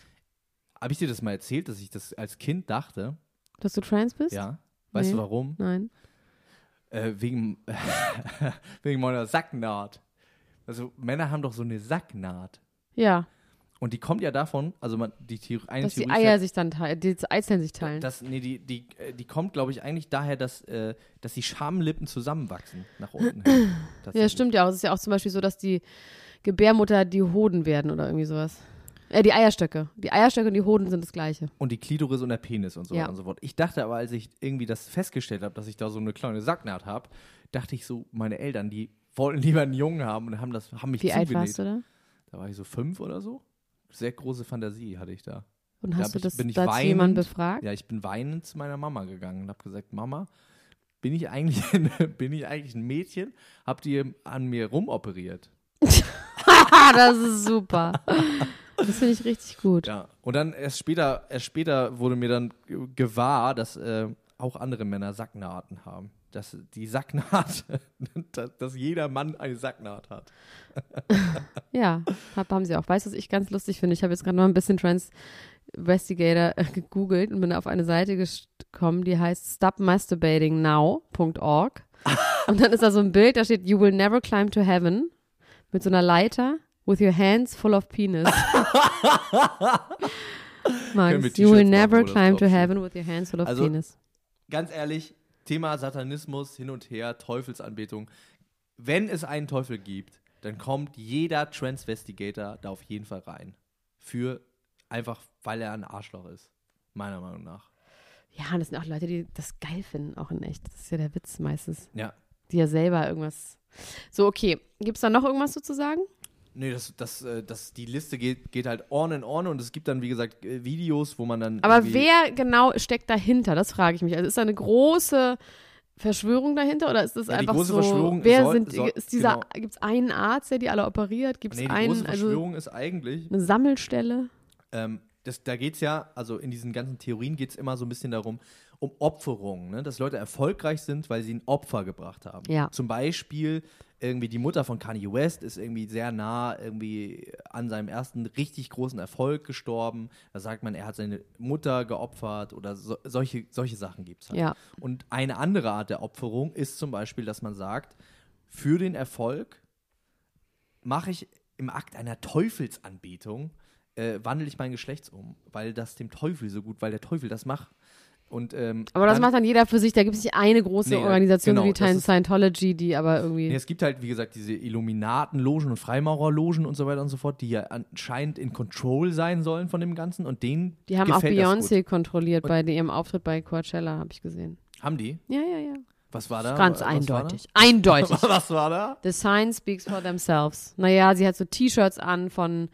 C: Habe ich dir das mal erzählt, dass ich das als Kind dachte?
A: Dass du trans bist?
C: Ja. Weißt du
A: Nee.
C: warum?
A: Nein.
C: Äh, wegen, wegen meiner Sacknaht. Also Männer haben doch so eine Sacknaht.
A: Ja.
C: Und die kommt ja davon, also man, die Theorie, eine
A: Dass die
C: Theorie ist
A: Eier sich dann teilen, die Eizellen sich teilen.
C: Das, nee, die, die, äh, die kommt, glaube ich, eigentlich daher, dass, äh, dass die Schamlippen zusammenwachsen nach unten. hin.
A: Ja,
C: Tatsächlich.
A: stimmt ja auch. Es ist ja auch zum Beispiel so, dass die Gebärmutter die Hoden werden oder irgendwie sowas. Äh, die Eierstöcke. Die Eierstöcke und die Hoden sind das gleiche.
C: Und die Klitoris und der Penis und so
A: Ja.
C: weiter und so fort. Ich dachte aber, als ich irgendwie das festgestellt habe, dass ich da so eine kleine Sacknaht habe, dachte ich so, meine Eltern, die wollten lieber einen Jungen haben und haben, das, haben mich
A: Wie alt
C: zugenäht.
A: warst du da?
C: Da war ich so fünf oder so. Sehr große Fantasie hatte ich da.
A: Und
C: Da
A: hast
C: hab
A: du
C: ich-
A: das
C: bin ich
A: dazu
C: weinend.
A: jemanden befragt?
C: Ja, ich bin weinend zu meiner Mama gegangen und habe gesagt, Mama, bin ich eigentlich, bin ich eigentlich ein Mädchen? Habt ihr an mir rumoperiert?
A: Ah, das ist super. Das finde ich richtig gut.
C: Ja, und dann erst später, erst später wurde mir dann ge- gewahr, dass äh, auch andere Männer Sacknahten haben. Dass die Sacknaht, dass, dass jeder Mann eine Sacknaht hat.
A: Ja, hab, haben sie auch. Weißt du, was ich ganz lustig finde? Ich habe jetzt gerade noch ein bisschen Trans Investigator äh, gegoogelt und bin auf eine Seite gekommen, die heißt stopmasturbatingnow.org. Und dann ist da so ein Bild, da steht You will never climb to heaven mit so einer Leiter with your hands full of penis.
C: Können wir
A: Max, you will
C: T-Shirts machen, wo
A: never
C: das
A: climb to
C: draufsteht.
A: heaven with your hands full of
C: Also,
A: penis.
C: Ganz ehrlich, Thema Satanismus, hin und her, Teufelsanbetung. Wenn es einen Teufel gibt, dann kommt jeder Transvestigator da auf jeden Fall rein. Für einfach, weil er ein Arschloch ist. Meiner Meinung nach.
A: Ja, und das sind auch Leute, die das geil finden, auch in echt. Das ist ja der Witz meistens.
C: Ja.
A: Die ja selber irgendwas. So, okay. Gibt es da noch irgendwas so zu sagen?
C: Nee, das, das, äh, das, die Liste geht, geht halt on and on und es gibt dann, wie gesagt, äh, Videos, wo man dann.
A: Aber
C: irgendwie-
A: wer genau steckt dahinter? Das frage ich mich. Also ist da eine große Verschwörung dahinter oder ist das
C: Ja, die
A: einfach
C: große
A: so?
C: Verschwörung
A: wer
C: soll-
A: sind?
C: soll-
A: ist dieser?
C: genau.
A: Gibt es einen Arzt, der die alle operiert? Gibt es
C: Nee, die große
A: einen? Also
C: Verschwörung ist eigentlich,
A: eine Sammelstelle?
C: ähm, das, da geht es ja, also in diesen ganzen Theorien geht es immer so ein bisschen darum, um Opferungen, ne? dass Leute erfolgreich sind, weil sie ein Opfer gebracht haben.
A: Ja.
C: Zum Beispiel irgendwie die Mutter von Kanye West ist irgendwie sehr nah irgendwie an seinem ersten richtig großen Erfolg gestorben. Da sagt man, er hat seine Mutter geopfert oder so, solche, solche Sachen gibt es halt.
A: Ja.
C: Und eine andere Art der Opferung ist zum Beispiel, dass man sagt, für den Erfolg mache ich im Akt einer Teufelsanbetung, äh, wandle ich mein Geschlecht um, weil das dem Teufel so gut, weil der Teufel das macht. Und, ähm,
A: Aber das
C: dann-
A: macht halt dann jeder für sich. Da gibt es nicht eine große
C: Nee, da-
A: Organisation
C: genau,
A: wie
C: das
A: die
C: ist-
A: Scientology, die aber irgendwie.
C: Nee, es gibt halt, wie gesagt, diese Illuminatenlogen und Freimaurerlogen und so weiter und so fort, die ja anscheinend in Control sein sollen von dem Ganzen und denen
A: die haben auch
C: gefällt das gut.
A: Beyoncé kontrolliert bei ihrem Auftritt bei Coachella, habe ich gesehen.
C: Haben die?
A: Ja, ja, ja.
C: Was war da?
A: Ganz
C: was
A: eindeutig.
C: War
A: Eindeutig.
C: da? Was war da?
A: The sign speaks for themselves. Naja, sie hat so T-Shirts an von,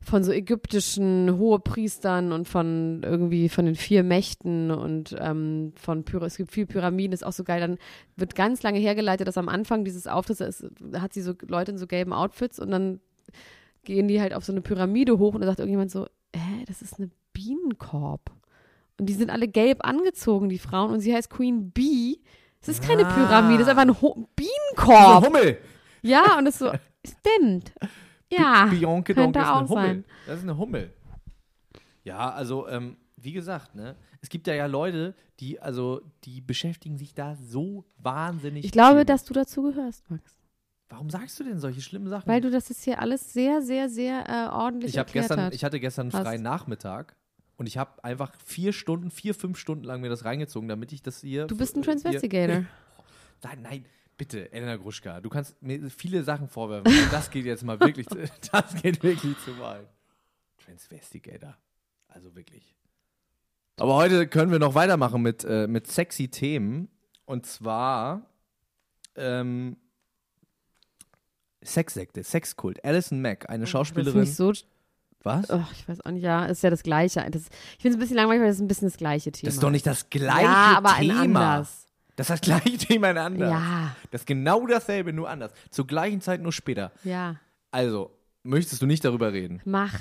A: von so ägyptischen Hohepriestern und von irgendwie von den vier Mächten und ähm, von Pyra es gibt viel Pyramiden, ist auch so geil. Dann wird ganz lange hergeleitet, dass am Anfang dieses Auftritts ist, hat sie so Leute in so gelben Outfits und dann gehen die halt auf so eine Pyramide hoch und da sagt irgendjemand so, hä, das ist eine Bienenkorb. Und die sind alle gelb angezogen, die Frauen, und sie heißt Queen Bee. Es ist keine
C: Ah.
A: Pyramide, es ist einfach ein Ho
C: Eine
A: Bienenkorb.
C: Ah, Hummel!
A: Ja, und es so, stimmt. Ja,
C: Bianca Donk
A: könnte
C: ist eine
A: auch
C: Hummel.
A: sein.
C: Das ist eine Hummel. Ja, also, ähm, wie gesagt, ne, es gibt ja, ja Leute, die, also, die beschäftigen sich da so wahnsinnig.
A: Ich glaube,
C: viel.
A: dass du dazu gehörst, Max.
C: Warum sagst du denn solche schlimmen Sachen?
A: Weil du das jetzt hier alles sehr, sehr, sehr äh, ordentlich
C: ich, hab
A: erklärt
C: gestern,
A: hast.
C: ich hatte gestern einen
A: Hast.
C: freien Nachmittag und ich habe einfach vier Stunden, vier, fünf Stunden lang mir das reingezogen, damit ich das hier. äh,
A: Du bist ein
C: hier-
A: Transvestigator.
C: Nein, nein, bitte, Elena Gruschka, du kannst mir viele Sachen vorwerfen. aber Das geht jetzt mal wirklich, zu- das geht wirklich zu weit. Transvestigator. Also wirklich. Aber heute können wir noch weitermachen mit, äh, mit sexy Themen. Und zwar ähm, Sexsekte, Sexkult. Alison Mack, eine
A: Das
C: Schauspielerin.
A: ist nicht so,
C: Was?
A: oh, ich weiß auch nicht, ja, ist ja das Gleiche. Das, ich finde es ein bisschen langweilig, weil das ist ein bisschen das gleiche Thema.
C: Das ist doch nicht das gleiche
A: Ja, aber ein
C: Thema.
A: anders.
C: Das ist das gleiche Thema ein anders.
A: Ja,
C: Das ist genau dasselbe, nur anders. Zur gleichen Zeit, nur später.
A: ja,
C: Also, möchtest du nicht darüber reden?
A: mach.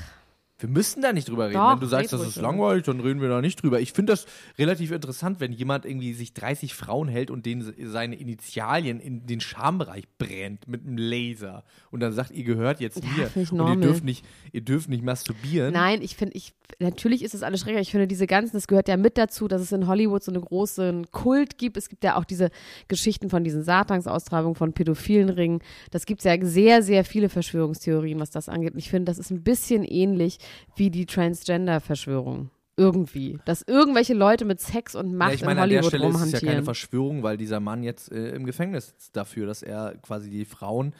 C: Wir müssen da nicht drüber reden.
A: Doch,
C: wenn du
A: red
C: sagst, das
A: ruhig
C: ist
A: drüber.
C: langweilig, dann reden wir da nicht drüber. Ich finde das relativ interessant, wenn jemand irgendwie sich 30 Frauen hält und denen se- seine Initialien in den Schambereich brennt mit einem Laser und dann sagt, ihr gehört jetzt mir
A: finde ich
C: und ihr
A: normal.
C: dürft nicht, ihr dürft nicht masturbieren.
A: Nein, ich finde, ich, natürlich ist das alles schrecklich. Ich finde, diese ganzen, das gehört ja mit dazu, dass es in Hollywood so einen großen Kult gibt. Es gibt ja auch diese Geschichten von diesen Satansaustreibungen, von pädophilen Ringen. Das gibt ja sehr, sehr viele Verschwörungstheorien, was das angeht. Und ich finde, das ist ein bisschen ähnlich wie die Transgender-Verschwörung. Irgendwie. Dass irgendwelche Leute mit Sex und Macht
C: ja, ich meine,
A: in
C: an der
A: Hollywood
C: Stelle ist es ja keine
A: rumhantieren.
C: Verschwörung, weil dieser Mann jetzt äh, im Gefängnis sitzt dafür, dass er quasi die Frauen.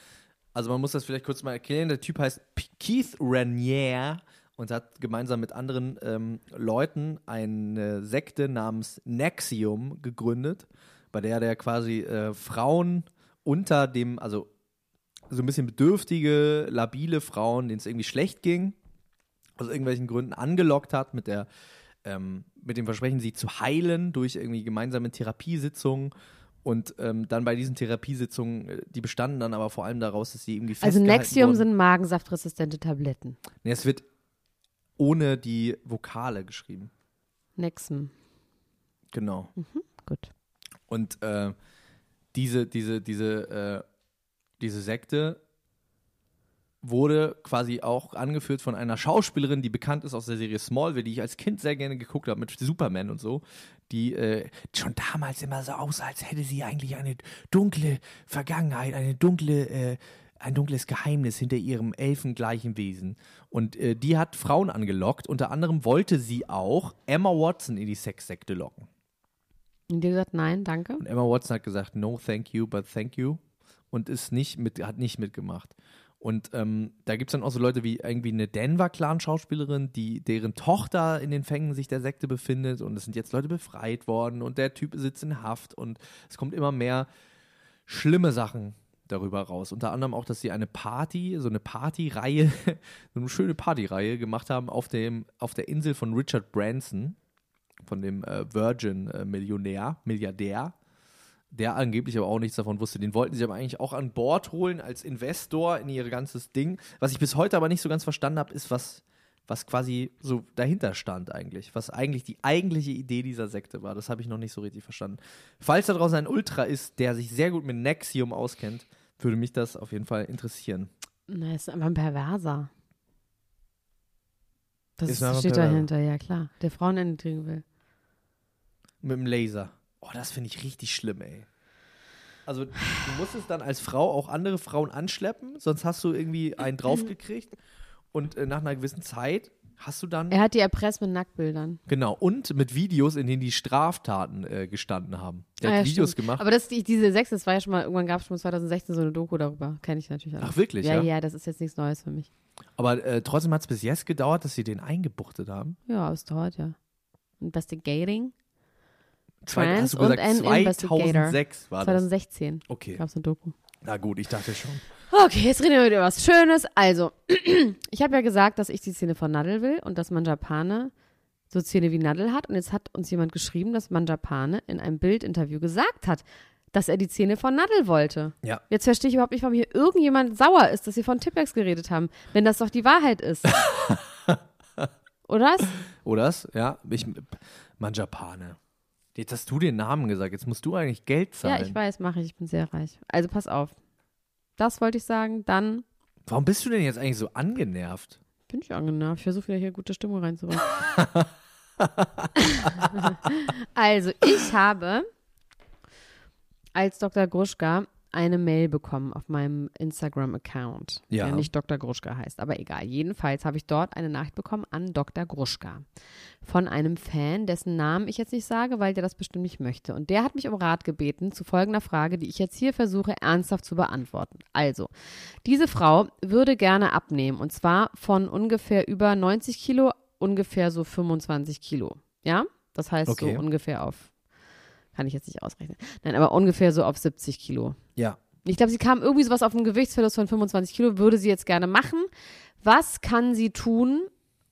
C: Also man muss das vielleicht kurz mal erklären. Der Typ heißt P Keith Ranier und hat gemeinsam mit anderen ähm, Leuten eine Sekte namens Nexium gegründet, bei der der quasi äh, Frauen unter dem, also so ein bisschen bedürftige, labile Frauen, denen es irgendwie schlecht ging, aus irgendwelchen Gründen angelockt hat mit der ähm, mit dem Versprechen, sie zu heilen durch irgendwie gemeinsame Therapiesitzungen. Und ähm, dann bei diesen Therapiesitzungen, äh, die bestanden dann aber vor allem daraus, dass sie irgendwie
A: also
C: festgehalten
A: Nexium
C: wurden.
A: sind magensaftresistente Tabletten.
C: Nee, es wird ohne die Vokale geschrieben.
A: Nexen.
C: Genau.
A: Gut.
C: Und äh, diese, diese, diese, äh, diese Sekte wurde quasi auch angeführt von einer Schauspielerin, die bekannt ist aus der Serie Smallville, die ich als Kind sehr gerne geguckt habe mit Superman und so, die äh, schon damals immer so aussah, als hätte sie eigentlich eine dunkle Vergangenheit, eine dunkle, äh, ein dunkles Geheimnis hinter ihrem elfengleichen Wesen. Und äh, die hat Frauen angelockt. Unter anderem wollte sie auch Emma Watson in die Sexsekte locken.
A: Und die hat gesagt, nein, danke.
C: Und Emma Watson hat gesagt, no thank you, but thank you. Und ist nicht mit, hat nicht mitgemacht. Und ähm, da gibt es dann auch so Leute wie irgendwie eine Denver-Clan-Schauspielerin, die, deren Tochter in den Fängen sich der Sekte befindet. Und es sind jetzt Leute befreit worden und der Typ sitzt in Haft und es kommt immer mehr schlimme Sachen darüber raus. Unter anderem auch, dass sie eine Party, so eine Partyreihe, so eine schöne Partyreihe gemacht haben auf, dem, auf der Insel von Richard Branson, von dem äh, Virgin-Millionär, Milliardär, der angeblich aber auch nichts davon wusste. Den wollten sie aber eigentlich auch an Bord holen als Investor in ihr ganzes Ding. Was ich bis heute aber nicht so ganz verstanden habe, ist, was, was quasi so dahinter stand eigentlich. Was eigentlich die eigentliche Idee dieser Sekte war. Das habe ich noch nicht so richtig verstanden. Falls da draußen ein Ultra ist, der sich sehr gut mit Nexium auskennt, würde mich das auf jeden Fall interessieren.
A: Na, ist einfach ein Perverser. Das
C: Ist
A: ist
C: einfach ein
A: steht
C: Perverser.
A: dahinter, ja klar. Der Frauen erniedrigen will.
C: Mit dem Laser. Oh, das finde ich richtig schlimm, ey. Also, du musst es dann als Frau auch andere Frauen anschleppen, sonst hast du irgendwie einen draufgekriegt. Und äh, nach einer gewissen Zeit hast du dann.
A: Er hat die erpresst mit Nacktbildern.
C: Genau, und mit Videos, in denen die Straftaten äh, gestanden haben. Der
A: Ah,
C: hat
A: ja,
C: Videos
A: stimmt.
C: gemacht.
A: Aber das, die, diese Sechs, das war ja schon mal, irgendwann gab es schon mal 2016 so eine Doku darüber. Kenne ich natürlich auch.
C: Ach, wirklich,
A: Ja,
C: ja?
A: ja, das ist jetzt nichts Neues für mich.
C: Aber äh, trotzdem hat es bis jetzt gedauert, dass sie den eingebuchtet haben.
A: Ja, es dauert ja. Investigating.
C: Zwei-
A: Trans
C: hast du gesagt,
A: und ein
C: 2006 war das.
A: 2016
C: Okay,
A: gab es eine Doku.
C: na gut, ich dachte schon.
A: Okay, jetzt reden wir über was Schönes. Also, ich habe ja gesagt, dass ich die Szene von Nadel will und dass man Japaner so Szene wie Nadel hat. Und jetzt hat uns jemand geschrieben, dass man Japane in einem Bildinterview gesagt hat, dass er die Szene von Nadel wollte.
C: Ja.
A: Jetzt verstehe ich überhaupt nicht, warum hier irgendjemand sauer ist, dass wir von Tippex geredet haben, wenn das doch die Wahrheit ist. Oder?
C: Oder das? Ja, ich, Mann, Japaner. Jetzt hast du den Namen gesagt, jetzt musst du eigentlich Geld zahlen.
A: Ja, ich weiß, mache ich. Ich bin sehr reich. Also pass auf. Das wollte ich sagen. Dann
C: Warum bist du denn jetzt eigentlich so angenervt?
A: bin ich angenervt. Ich versuche wieder hier gute Stimmung reinzubringen. also, ich habe als Dr. Gruschka eine Mail bekommen auf meinem Instagram-Account,
C: Ja.
A: der nicht Dr. Gruschka heißt, aber egal. Jedenfalls habe ich dort eine Nachricht bekommen an Dr. Gruschka von einem Fan, dessen Namen ich jetzt nicht sage, weil der das bestimmt nicht möchte. Und der hat mich um Rat gebeten zu folgender Frage, die ich jetzt hier versuche ernsthaft zu beantworten. Also, diese Frau würde gerne abnehmen und zwar von ungefähr über 90 Kilo ungefähr so 25 Kilo. Ja, das heißt
C: Okay.
A: so ungefähr auf, kann ich jetzt nicht ausrechnen. Nein, aber ungefähr so auf 70 Kilo.
C: Ja.
A: Ich glaube, sie kam irgendwie sowas auf einen Gewichtsverlust von 25 Kilo, würde sie jetzt gerne machen. Was kann sie tun,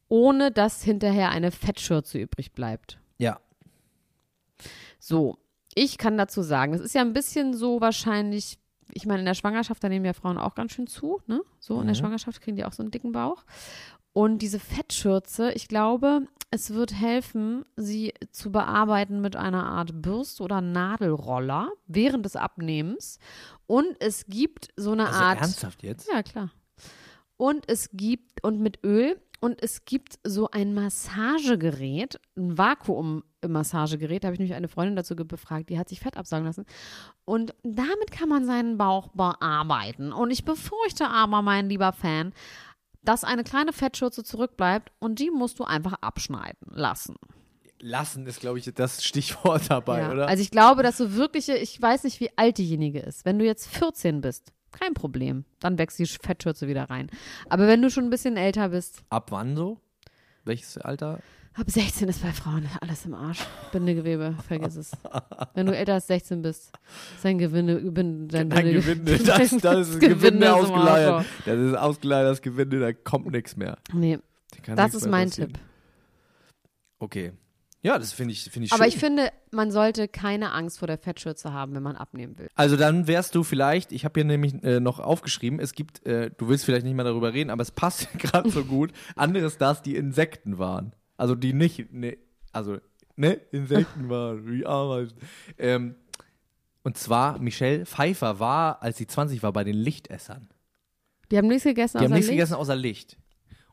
A: ohne dass hinterher eine Fettschürze übrig bleibt?
C: Ja.
A: So, ich kann dazu sagen, das ist ja ein bisschen so wahrscheinlich, ich meine, in der Schwangerschaft, da nehmen ja Frauen auch ganz schön zu, ne? So, in der
C: Mhm.
A: Schwangerschaft kriegen die auch so einen dicken Bauch. Und diese Fettschürze, ich glaube, es wird helfen, sie zu bearbeiten mit einer Art Bürste oder Nadelroller während des Abnehmens. Und es gibt so eine
C: Also
A: Art.
C: ernsthaft jetzt?
A: Ja, klar. Und es gibt, und mit Öl, und es gibt so ein Massagegerät, ein Vakuum-Massagegerät. Da habe ich nämlich eine Freundin dazu ge- befragt, die hat sich Fett absagen lassen. Und damit kann man seinen Bauch bearbeiten. Und ich befürchte aber, mein lieber Fan, dass eine kleine Fettschürze zurückbleibt und die musst du einfach abschneiden lassen.
C: Lassen ist, glaube ich, das Stichwort dabei,
A: Ja.
C: oder?
A: Also ich glaube, dass du wirkliche, ich weiß nicht, wie alt diejenige ist. Wenn du jetzt 14 bist, kein Problem. Dann wächst die Fettschürze wieder rein. Aber wenn du schon ein bisschen älter bist,
C: Ab wann so? Welches Alter?
A: ab 16 ist bei Frauen alles im Arsch. Bindegewebe, vergiss es. Wenn du älter als 16 bist, ist dein Gewinne, Bin- dein
C: Nein,
A: Binde-
C: Gewinde. Das, das ist
A: Gewinde
C: Gewinde
A: Also ist im
C: ausgeleiert.
A: Arsch.
C: Das ist ausgeleiert, das Gewinde, da kommt nichts mehr.
A: Nee,
C: Da kann
A: das
C: nichts
A: ist
C: mehr
A: mein
C: passieren.
A: Tipp.
C: Okay. Ja, das finde ich, finde ich
A: Aber
C: schön.
A: ich finde, man sollte keine Angst vor der Fettschürze haben, wenn man abnehmen will.
C: Also dann wärst du vielleicht, ich habe hier nämlich äh, noch aufgeschrieben, es gibt, äh, du willst vielleicht nicht mehr darüber reden, aber es passt gerade so gut. Anderes das, die Insekten waren. Also die nicht, ne, also, ne, Insekten waren, wie Ameisen. Ähm, und zwar, Michelle Pfeiffer war, als sie 20 war, bei den Lichtessern.
A: Die haben nichts gegessen,
C: Die haben
A: außer
C: nichts
A: Licht.
C: gegessen außer Licht.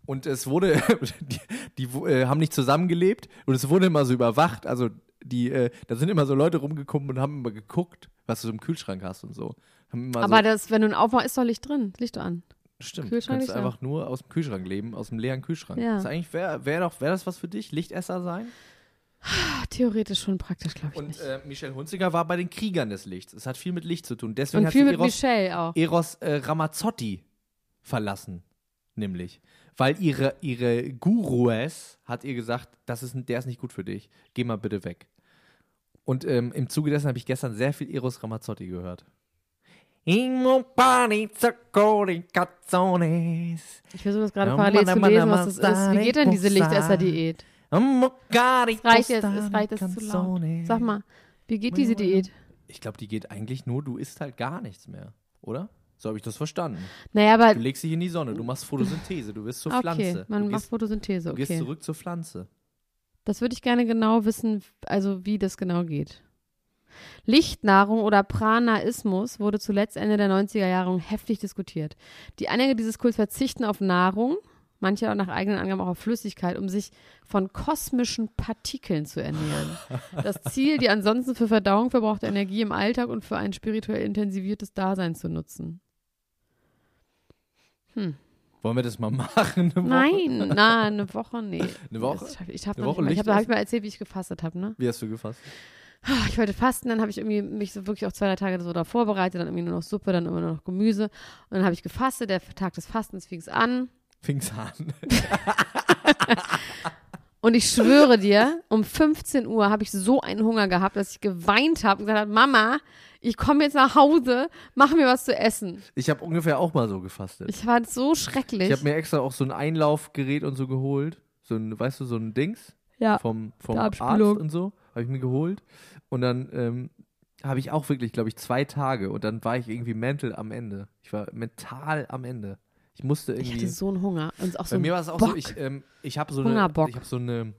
C: Und es wurde, die, die wo- äh, haben nicht zusammengelebt und es wurde immer so überwacht. Also die, äh, da sind immer so Leute rumgekommen und haben immer geguckt, was du so im Kühlschrank hast und so. Haben immer
A: Aber das, wenn du einen aufmachst, ist doch Licht drin. Licht doch an.
C: so, stimmt,
A: Kühlschrank
C: kannst du
A: nicht
C: einfach nur aus dem Kühlschrank leben, aus dem leeren Kühlschrank.
A: Ja.
C: Ist eigentlich wäre wär doch wär das was für dich, Lichtesser sein?
A: Ach, theoretisch schon praktisch, glaube ich
C: Und
A: nicht.
C: äh, Michelle Hunziker war bei den Kriegern des Lichts. Es hat viel mit Licht zu tun. Deswegen
A: Und
C: hat
A: viel
C: sie
A: mit
C: Eros,
A: Michelle auch.
C: Eros äh, Ramazzotti verlassen, nämlich. Weil ihre, ihre Gurus hat ihr gesagt, das ist, der ist nicht gut für dich. Geh mal bitte weg. Und ähm, im Zuge dessen habe ich gestern sehr viel Eros Ramazzotti gehört.
D: Immobarizacoricazones.
A: Ich versuche das gerade
D: Ja,
A: parallel
D: Mann,
A: zu
D: Mann,
A: lesen,
D: Mann,
A: was das
D: Mann,
A: ist. Wie geht denn diese
D: Mann,
A: Lichtesser-Diät?
D: Es
A: Es reicht jetzt, es reicht jetzt zu laut. Sag mal, wie geht diese Diät?
C: Ich glaube, die geht eigentlich nur, du isst halt gar nichts mehr, oder? So habe ich das verstanden.
A: Naja, aber
C: Du legst dich in die Sonne, du machst Photosynthese, du wirst zur
A: Äh, Ah, okay,
C: Pflanze.
A: man
C: du
A: macht
C: gehst,
A: Photosynthese,
C: du gehst
A: okay.
C: zurück zur Pflanze.
A: Das würde ich gerne genau wissen, also wie das genau geht. Lichtnahrung oder Pranaismus wurde zuletzt Ende der 90er Jahre heftig diskutiert. Die Anhänger dieses Kults verzichten auf Nahrung, manche auch nach eigenen Angaben auch auf Flüssigkeit, um sich von kosmischen Partikeln zu ernähren. Das Ziel, die ansonsten für Verdauung verbrauchte Energie im Alltag und für ein spirituell intensiviertes Dasein zu nutzen.
C: Wollen wir das mal machen? Eine Woche?
A: Nein, na, eine Woche, nee.
C: Eine Woche?
A: Das schaff- Ich habe
C: Eine Woche
A: ich hab, hab ich
C: Lichtessen?
A: mal erzählt, wie ich gefastet habe, ne?
C: Wie hast du gefasst?
A: Ah, ich wollte fasten, dann habe ich irgendwie mich so wirklich auch zwei, drei Tage so da vorbereitet, dann irgendwie nur noch Suppe, dann immer nur noch Gemüse. Und dann habe ich gefastet, der Tag des Fastens fing es an.
C: Fing's an.
A: Und ich schwöre dir, um 15 Uhr habe ich so einen Hunger gehabt, dass ich geweint habe und gesagt habe, Mama, ich komme jetzt nach Hause, mach mir was zu essen.
C: Ich habe ungefähr auch mal so gefastet.
A: Ich fand es so schrecklich.
C: Ich habe mir extra auch so ein Einlaufgerät und so geholt. So ein, weißt du, so ein Dings
A: ja.
C: vom, vom
A: der
C: Arzt
A: Abspülung.
C: und so. Habe ich mir geholt. Und dann ähm, habe ich auch wirklich, glaube ich, zwei Tage. Und dann war ich irgendwie mental am Ende. Ich war mental am Ende. Ich musste
A: Ich
C: irgendwie.
A: hatte so einen Hunger. Und auch so
C: Bei
A: einen
C: mir war es auch so,
A: Bock.
C: ich, ähm, ich habe so, eine,
A: Hungerbock.
C: ich hab so eine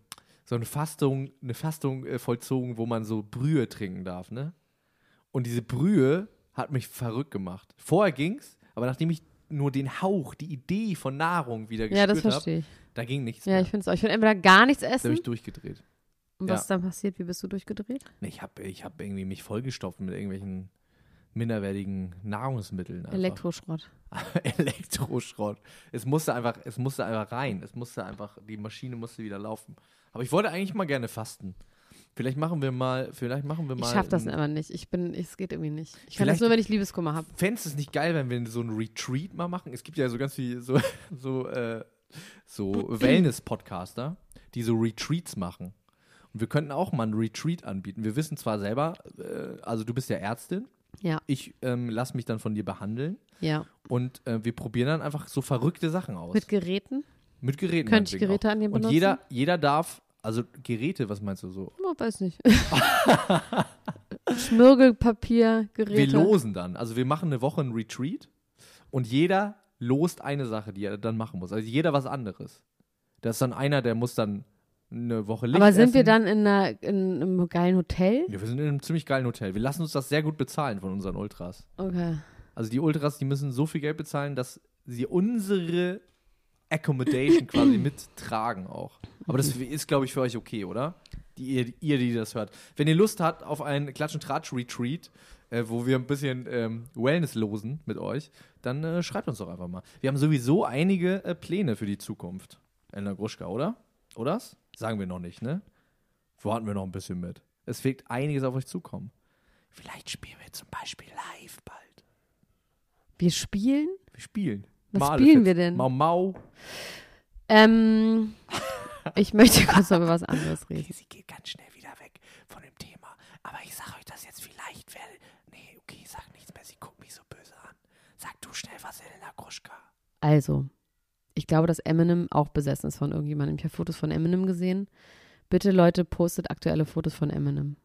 C: so eine Fastung, eine Fastung äh, vollzogen, wo man so Brühe trinken darf, ne? Und diese Brühe hat mich verrückt gemacht. Vorher ging's, aber nachdem ich nur den Hauch, die Idee von Nahrung wieder
A: ja, das
C: gespürt habe,
A: verstehe ich.
C: da ging nichts
A: Ja,
C: mehr.
A: ich finde es auch. Ich will entweder gar nichts
C: Da bin
A: essen.
C: ich durchgedreht.
A: Und was
C: ja.
A: ist dann passiert? Wie bist du durchgedreht?
C: Nee, ich habe ich hab irgendwie mich vollgestopft mit irgendwelchen minderwertigen Nahrungsmitteln. Einfach.
A: Elektroschrott.
C: Elektroschrott. Es musste einfach, es musste einfach rein. Es musste einfach, die Maschine musste wieder laufen. Aber ich wollte eigentlich mal gerne fasten. Vielleicht machen wir mal, vielleicht machen wir
A: Ich
C: mal.
A: schaffe das
C: ein-
A: aber nicht. Ich bin, es geht irgendwie nicht. Ich kann das
C: Vielleicht-
A: nur, wenn ich Liebeskummer habe.
C: Fändest du es nicht geil, wenn wir so ein Retreat mal machen? Es gibt ja so ganz viele so, so, äh, so Wellness-Podcaster, die so Retreats machen. Und wir könnten auch mal ein Retreat anbieten. Wir wissen zwar selber, äh, also du bist ja Ärztin,
A: Ja,
C: ich ähm, lasse mich dann von dir behandeln
A: ja.
C: und äh, wir probieren dann einfach so verrückte Sachen aus.
A: Mit Geräten?
C: Mit Geräten.
A: Könnte ich
C: meinetwegen
A: Geräte
C: auch.
A: an dem
C: Und
A: benutzen?
C: jeder, jeder darf, also Geräte, was meinst du so?
A: Oh, weiß nicht. Schmirgelpapier,
C: Wir
A: Geräte.
C: losen dann. Also wir machen eine Woche ein Retreat und jeder lost eine Sache, die er dann machen muss. Also jeder was anderes. Da ist dann einer, der muss dann eine Woche Licht
A: Aber sind wir
C: essen.
A: dann in, einer, in einem geilen Hotel?
C: Ja, wir sind in einem ziemlich geilen Hotel. Wir lassen uns das sehr gut bezahlen von unseren Ultras.
A: Okay.
C: Also die Ultras, die müssen so viel Geld bezahlen, dass sie unsere Accommodation quasi mittragen auch. Aber das ist, glaube ich, für euch okay, oder? Die, ihr, ihr, die das hört. Wenn ihr Lust habt auf einen Klatsch-und-Tratsch-Retreat, äh, wo wir ein bisschen ähm, Wellness losen mit euch, dann äh, schreibt uns doch einfach mal. Wir haben sowieso einige äh, Pläne für die Zukunft. Elena Gruschka, oder? Oder's? Sagen wir noch nicht, ne? Warten wir noch ein bisschen mit. Es wird einiges auf euch zukommen. Vielleicht spielen wir zum Beispiel live bald.
A: Wir spielen?
C: Wir spielen.
A: Was
C: Male
A: spielen
C: fit.
A: wir denn?
C: Mau Mau.
A: Ähm, ich möchte kurz noch über was anderes reden.
C: sie geht ganz schnell wieder weg von dem Thema. Aber ich sag euch das jetzt vielleicht werde. Nee, okay, ich sag nichts mehr. Sie guckt mich so böse an. Sag du schnell was, Elena Gruschka.
A: Also, ich glaube, dass Eminem auch besessen ist von irgendjemandem. Ich habe Fotos von Eminem gesehen. Bitte, Leute, postet aktuelle Fotos von Eminem.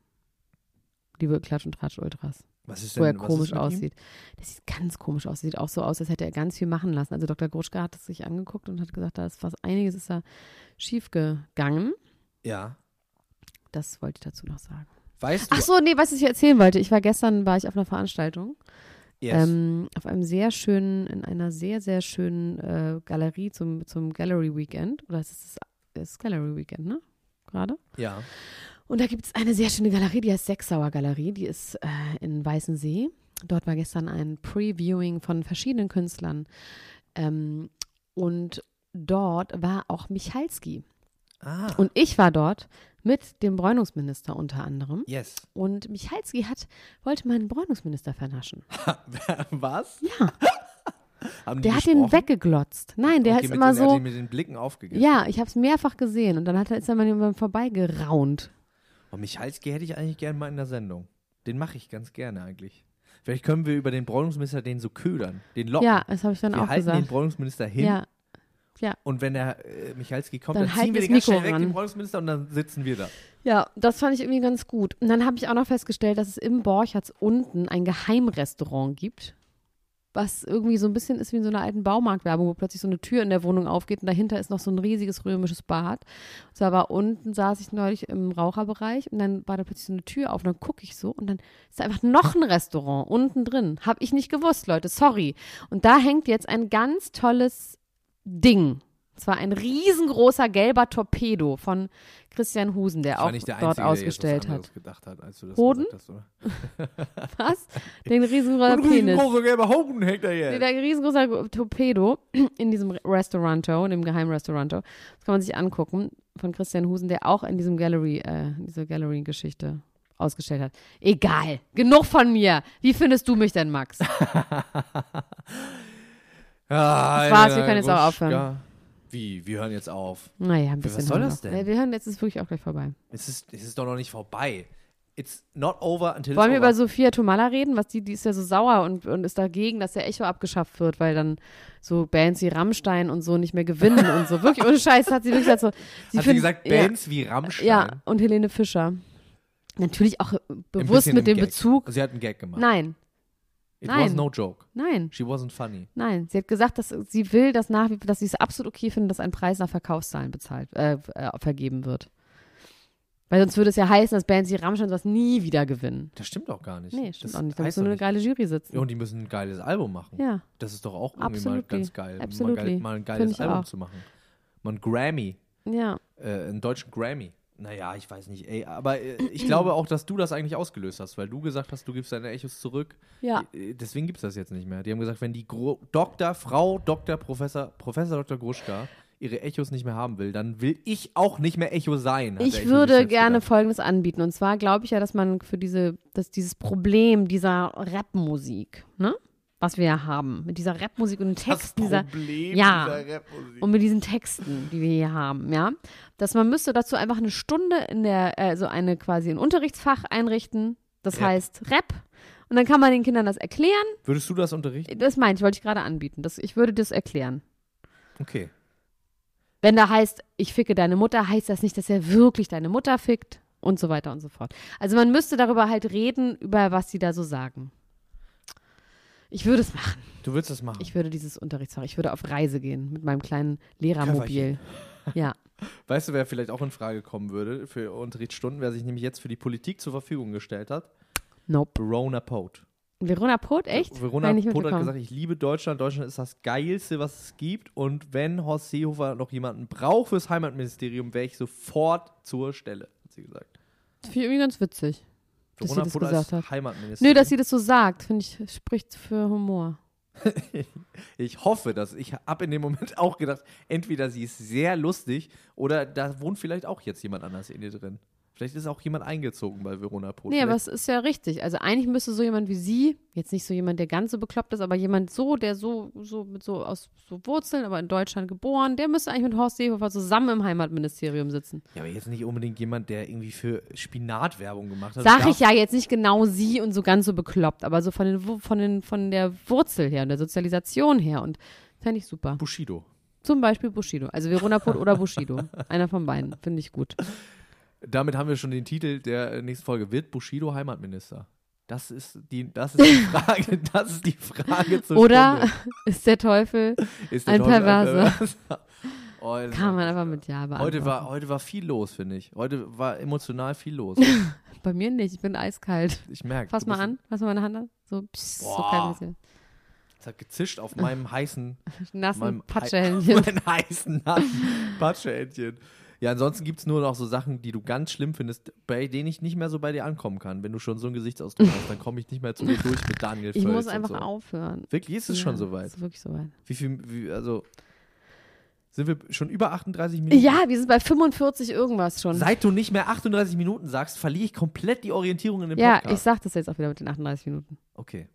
A: Liebe Klatsch- und Tratsch-Ultras.
C: Was ist
A: wo er komisch aussieht. Der sieht ganz komisch aus. Sieht auch so aus, als hätte er ganz viel machen lassen. Also Dr. Gruschka hat es sich angeguckt und hat gesagt, da ist was, einiges ist da schief gegangen.
C: Ja.
A: Das wollte ich dazu noch sagen.
C: Weißt du?
A: Ach so, nee, was ich erzählen wollte. Ich war gestern, war ich auf einer Veranstaltung.
C: yes.
A: Ähm, auf einem sehr schönen, in einer sehr, sehr schönen äh, Galerie zum, zum Gallery Weekend. Oder ist es das ist Gallery Weekend, ne? Gerade.
C: ja.
A: Und da gibt es eine sehr schöne Galerie, die heißt Sechsauer Galerie, die ist äh, in Weißensee. Dort war gestern ein Previewing von verschiedenen Künstlern. Ähm, und dort war auch Michalski.
C: Ah.
A: Und ich war dort mit dem Bräunungsminister unter anderem.
C: Yes.
A: Und Michalski hat, wollte meinen Bräunungsminister vernaschen.
C: Was?
A: Ja,
C: Haben die
A: der hat ihn
C: gesprochen?
A: weggeglotzt. Nein, der
C: Okay,
A: ist
C: mit
A: immer
C: den, er hat
A: so.
C: ihn mit den Blicken aufgegessen.
A: Ja, ich habe es mehrfach gesehen. Und dann hat er, ist er mal jemand vorbeigeraunt.
C: Oh, Und Michalski hätte ich eigentlich gerne mal in der Sendung. Den mache ich ganz gerne eigentlich. Vielleicht können wir über den Bräunungsminister den so ködern, den locken.
A: Ja, das habe ich dann
C: Oh. wir
A: auch
C: halten den
A: gesagt.
C: Bräunungsminister hin
A: Ja,
C: und wenn der äh, Michalski kommt,
A: Dann
C: dann,
A: halten
C: ziehen wir
A: wir
C: den ganz
A: das Mikro
C: schnell weg,
A: ran.
C: den Bräunungsminister, und dann sitzen wir da.
A: Ja, das fand ich irgendwie ganz gut. Und dann habe ich auch noch festgestellt, dass es im Borchards unten ein Geheimrestaurant gibt, was irgendwie so ein bisschen ist wie in so einer alten Baumarktwerbung, wo plötzlich so eine Tür in der Wohnung aufgeht und dahinter ist noch so ein riesiges römisches Bad. Und zwar war unten, saß ich neulich im Raucherbereich und dann war da plötzlich so eine Tür auf und dann gucke ich so und dann ist da einfach noch ein Restaurant unten drin. Habe ich nicht gewusst, Leute, sorry. Und da hängt jetzt ein ganz tolles Ding. Es war ein riesengroßer gelber Torpedo von Christian Husen, der
C: Ich war
A: auch
C: nicht der
A: dort
C: Einzige, der
A: ausgestellt
C: jetzt was
A: hat.
C: anderes gedacht hat, als du das
A: Hoden?
C: gesagt hast, oder?
A: Was? Den riesengroßen
C: Ein
A: Penis.
C: riesengroßer gelber Hoden hängt da
A: Nee,
C: jetzt.
A: da ein riesengroßer Torpedo in diesem Restauranto, in dem Geheimrestauranto. Das kann man sich angucken von Christian Husen, der auch in diesem Gallery, äh, diese Gallery-Geschichte ausgestellt hat. Egal, genug von mir. Wie findest du mich denn, Max?
C: Ah,
A: Das war's,
C: Elena
A: wir können jetzt auch
C: Gruschka.
A: aufhören.
C: Wie, wir hören jetzt auf.
A: Naja, ein bisschen.
C: was soll
A: haben wir
C: das
A: noch.
C: denn?
A: Ja, Wir hören, jetzt ist wirklich auch gleich vorbei.
C: Es ist, es ist doch noch nicht vorbei. It's not over until
A: Wollen wir
C: it's
A: über
C: over.
A: Sophia Tomala reden? Was die, die ist ja so sauer und, und ist dagegen, dass der Echo abgeschafft wird, weil dann so Bands wie Rammstein und so nicht mehr gewinnen und so. Wirklich, ohne Scheiß hat sie wirklich gesagt so. Sie
C: Hat sie
A: findet-
C: gesagt,
A: ja.
C: Bands wie Rammstein.
A: Ja, und Helene Fischer. Natürlich auch äh,
C: Ein
A: bewusst
C: bisschen
A: mit
C: im
A: dem
C: Gag.
A: Bezug.
C: Sie hat einen Gag gemacht.
A: Nein,
C: It
A: nein.
C: was no joke.
A: nein,
C: She wasn't funny.
A: nein. Sie hat gesagt, dass sie will, dass nach wie dass sie es absolut okay findet, dass ein Preis nach Verkaufszahlen bezahlt, äh, äh, vergeben wird. Weil sonst würde es ja heißen, dass Bands wie Rammstein sowas nie wieder gewinnen.
C: Das stimmt doch gar nicht.
A: Nee, stimmt
C: das
A: auch nicht. Da muss
C: heißt
A: so
C: doch
A: eine
C: nicht.
A: geile Jury sitzen.
C: Ja, und die müssen ein geiles Album machen.
A: Ja,
C: Das ist doch auch irgendwie mal
A: Absolutely.
C: ganz geil, mal,
A: Absolutely.
C: geil, mal ein
A: Finde
C: geiles
A: ich
C: Album
A: auch.
C: zu machen. Mal ein Grammy,
A: ja.
C: äh, einen deutschen Grammy. Naja, ich weiß nicht, ey, aber äh, ich glaube auch, dass du das eigentlich ausgelöst hast, weil du gesagt hast, du gibst deine Echos zurück.
A: Ja.
C: Äh, Deswegen gibt es das jetzt nicht mehr. Die haben gesagt, wenn die Gro Doktor, Frau, Doktor, Professor, Professor Dr. Gruschka ihre Echos nicht mehr haben will, dann will ich auch nicht mehr Echo sein. hat der
A: Ich
C: Echo sich
A: würde
C: selbst
A: gerne
C: gedacht.
A: Folgendes anbieten. Und zwar glaube ich ja, dass man für diese, dass dieses Problem dieser Rapmusik, ne? Was wir ja haben, mit dieser Rapmusik und dem
C: das
A: Text dieser,
C: Problem
A: ja.
C: dieser Rapmusik.
A: Und mit diesen Texten, die wir hier haben, ja, dass man müsste dazu einfach eine Stunde in der, äh, so eine quasi ein Unterrichtsfach einrichten. Das
C: Rap.
A: heißt Rap. Und dann kann man den Kindern das erklären.
C: Würdest du das unterrichten?
A: Das meinte ich, wollte ich gerade anbieten. Das, ich würde das erklären.
C: Okay.
A: Wenn da heißt, ich ficke deine Mutter, heißt das nicht, dass er wirklich deine Mutter fickt und so weiter und so fort. Also man müsste darüber halt reden, über was sie da so sagen. Ich würde es machen.
C: Du würdest das machen.
A: Ich würde dieses Unterrichtsfach, ich würde auf Reise gehen mit meinem kleinen Lehrermobil. Ja.
C: Weißt du, wer vielleicht auch in Frage kommen würde für Unterrichtsstunden, wer sich nämlich jetzt für die Politik zur Verfügung gestellt hat?
A: Nope.
C: Verona Poth.
A: Verona Poth, echt?
C: Verona
A: Hab ich nicht
C: Poth hat
A: mitbekommen.
C: gesagt, ich liebe Deutschland. Deutschland ist das Geilste, was es gibt. Und wenn Horst Seehofer noch jemanden braucht fürs Heimatministerium, wäre ich sofort zur Stelle, hat sie gesagt.
A: Das finde ich irgendwie ganz witzig. Dass sie
C: Verona
A: das
C: Poth
A: gesagt
C: als
A: hat. Nö,
C: Heimatministerin.
A: dass sie das so sagt, finde ich, spricht für Humor.
C: ich hoffe, dass ich habe in dem Moment auch gedacht, entweder sie ist sehr lustig oder da wohnt vielleicht auch jetzt jemand anders in ihr drin. Vielleicht ist auch jemand eingezogen bei Verona Poth.
A: Nee, aber
C: Vielleicht-
A: es ist ja richtig. Also eigentlich müsste so jemand wie sie, jetzt nicht so jemand, der ganz so bekloppt ist, aber jemand so, der so, so mit so aus so Wurzeln, aber in Deutschland geboren, der müsste eigentlich mit Horst Seehofer zusammen im Heimatministerium sitzen.
C: Ja, aber jetzt nicht unbedingt jemand, der irgendwie für Spinatwerbung gemacht hat.
A: Sag ich
C: Darf-
A: ja jetzt nicht genau sie und so ganz so bekloppt, aber so von den Wu- von den von der Wurzel her und der Sozialisation her und fände ich super.
C: Bushido.
A: Zum Beispiel Bushido. Also Verona Poth oder Bushido. Einer von beiden. Finde ich gut.
C: Damit haben wir schon den Titel der nächsten Folge. Wird Bushido Heimatminister? Das ist die, das ist die Frage, das ist die Frage zur
A: Oder
C: Stunde.
A: ist der Teufel,
C: Ist der
A: ein
C: Teufel
A: Perverser?
C: Perverser? Oh, das
A: kann
C: war-
A: man einfach mit Ja beantworten.
C: heute war, heute war viel los, finde ich. Heute war emotional viel los.
A: Bei mir nicht, ich bin eiskalt.
C: Ich merke.
A: Fass mal an, fass mal meine Hand an. So, pss, so
C: Boah.
A: kalt ist hier.
C: Es hat gezischt auf meinem heißen
A: Nassen
C: meinem
A: Patschehändchen.
C: Mein heißen Nacken. Patschehändchen. Ja, ansonsten gibt es nur noch so Sachen, die du ganz schlimm findest, bei denen ich nicht mehr so bei dir ankommen kann. Wenn du schon so einen Gesichtsausdruck hast, dann komme ich nicht mehr zu dir durch mit Daniel
A: Ich
C: Völz
A: muss
C: und
A: einfach
C: so.
A: aufhören.
C: Wirklich, ist es
A: Ja,
C: schon soweit?
A: Ist wirklich soweit.
C: Wie viel, wie, also, sind wir schon über 38 Minuten?
A: Ja, wir sind bei 45 irgendwas schon.
C: Hm. Seit du nicht mehr 38 Minuten sagst, verliere ich komplett die Orientierung in dem
A: ja, ich
C: Podcast.
A: sag das jetzt auch wieder mit den 38 Minuten.
C: Okay.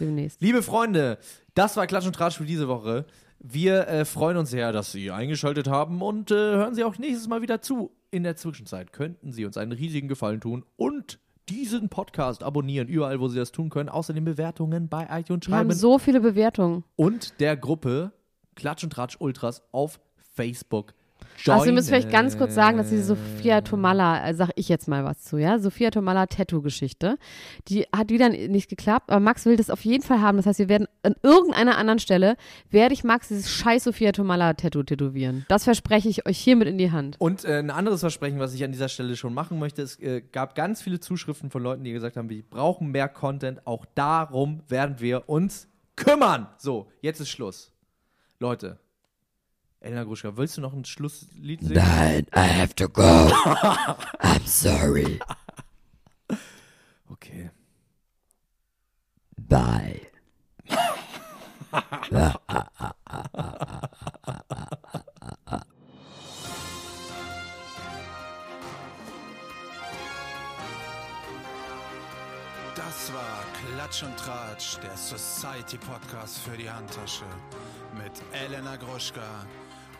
A: Demnächst.
C: Liebe Freunde, das war Klatsch und Tratsch für diese Woche. Wir äh, freuen uns sehr, dass Sie eingeschaltet haben und äh, hören Sie auch nächstes Mal wieder zu. In der Zwischenzeit könnten Sie uns einen riesigen Gefallen tun und diesen Podcast abonnieren, überall, wo Sie das tun können. Außerdem Bewertungen bei iTunes
A: Wir haben
C: schreiben
A: so viele Bewertungen.
C: und der Gruppe Klatsch und Tratsch Ultras auf Facebook.
A: Also wir
C: Joinen.
A: müssen vielleicht ganz kurz sagen, dass diese Sophia Tomala, äh, sag ich jetzt mal was zu, ja, Sophia Tomala Tattoo-Geschichte, die hat wieder n- nicht geklappt, aber Max will das auf jeden Fall haben. Das heißt, wir werden an irgendeiner anderen Stelle, werde ich Max dieses scheiß Sophia Tomala Tattoo tätowieren. Das verspreche ich euch hiermit in die Hand.
C: Und äh, ein anderes Versprechen, was ich an dieser Stelle schon machen möchte, es äh, gab ganz viele Zuschriften von Leuten, die gesagt haben, wir brauchen mehr Content. Auch darum werden wir uns kümmern. So, jetzt ist Schluss. Leute, Elena Gruschka, willst du noch ein Schlusslied singen?
E: Nein, I have to go. I'm sorry.
C: Okay.
E: Bye.
B: Das war Klatsch und Tratsch, der Society Podcast für die Handtasche mit Elena Gruschka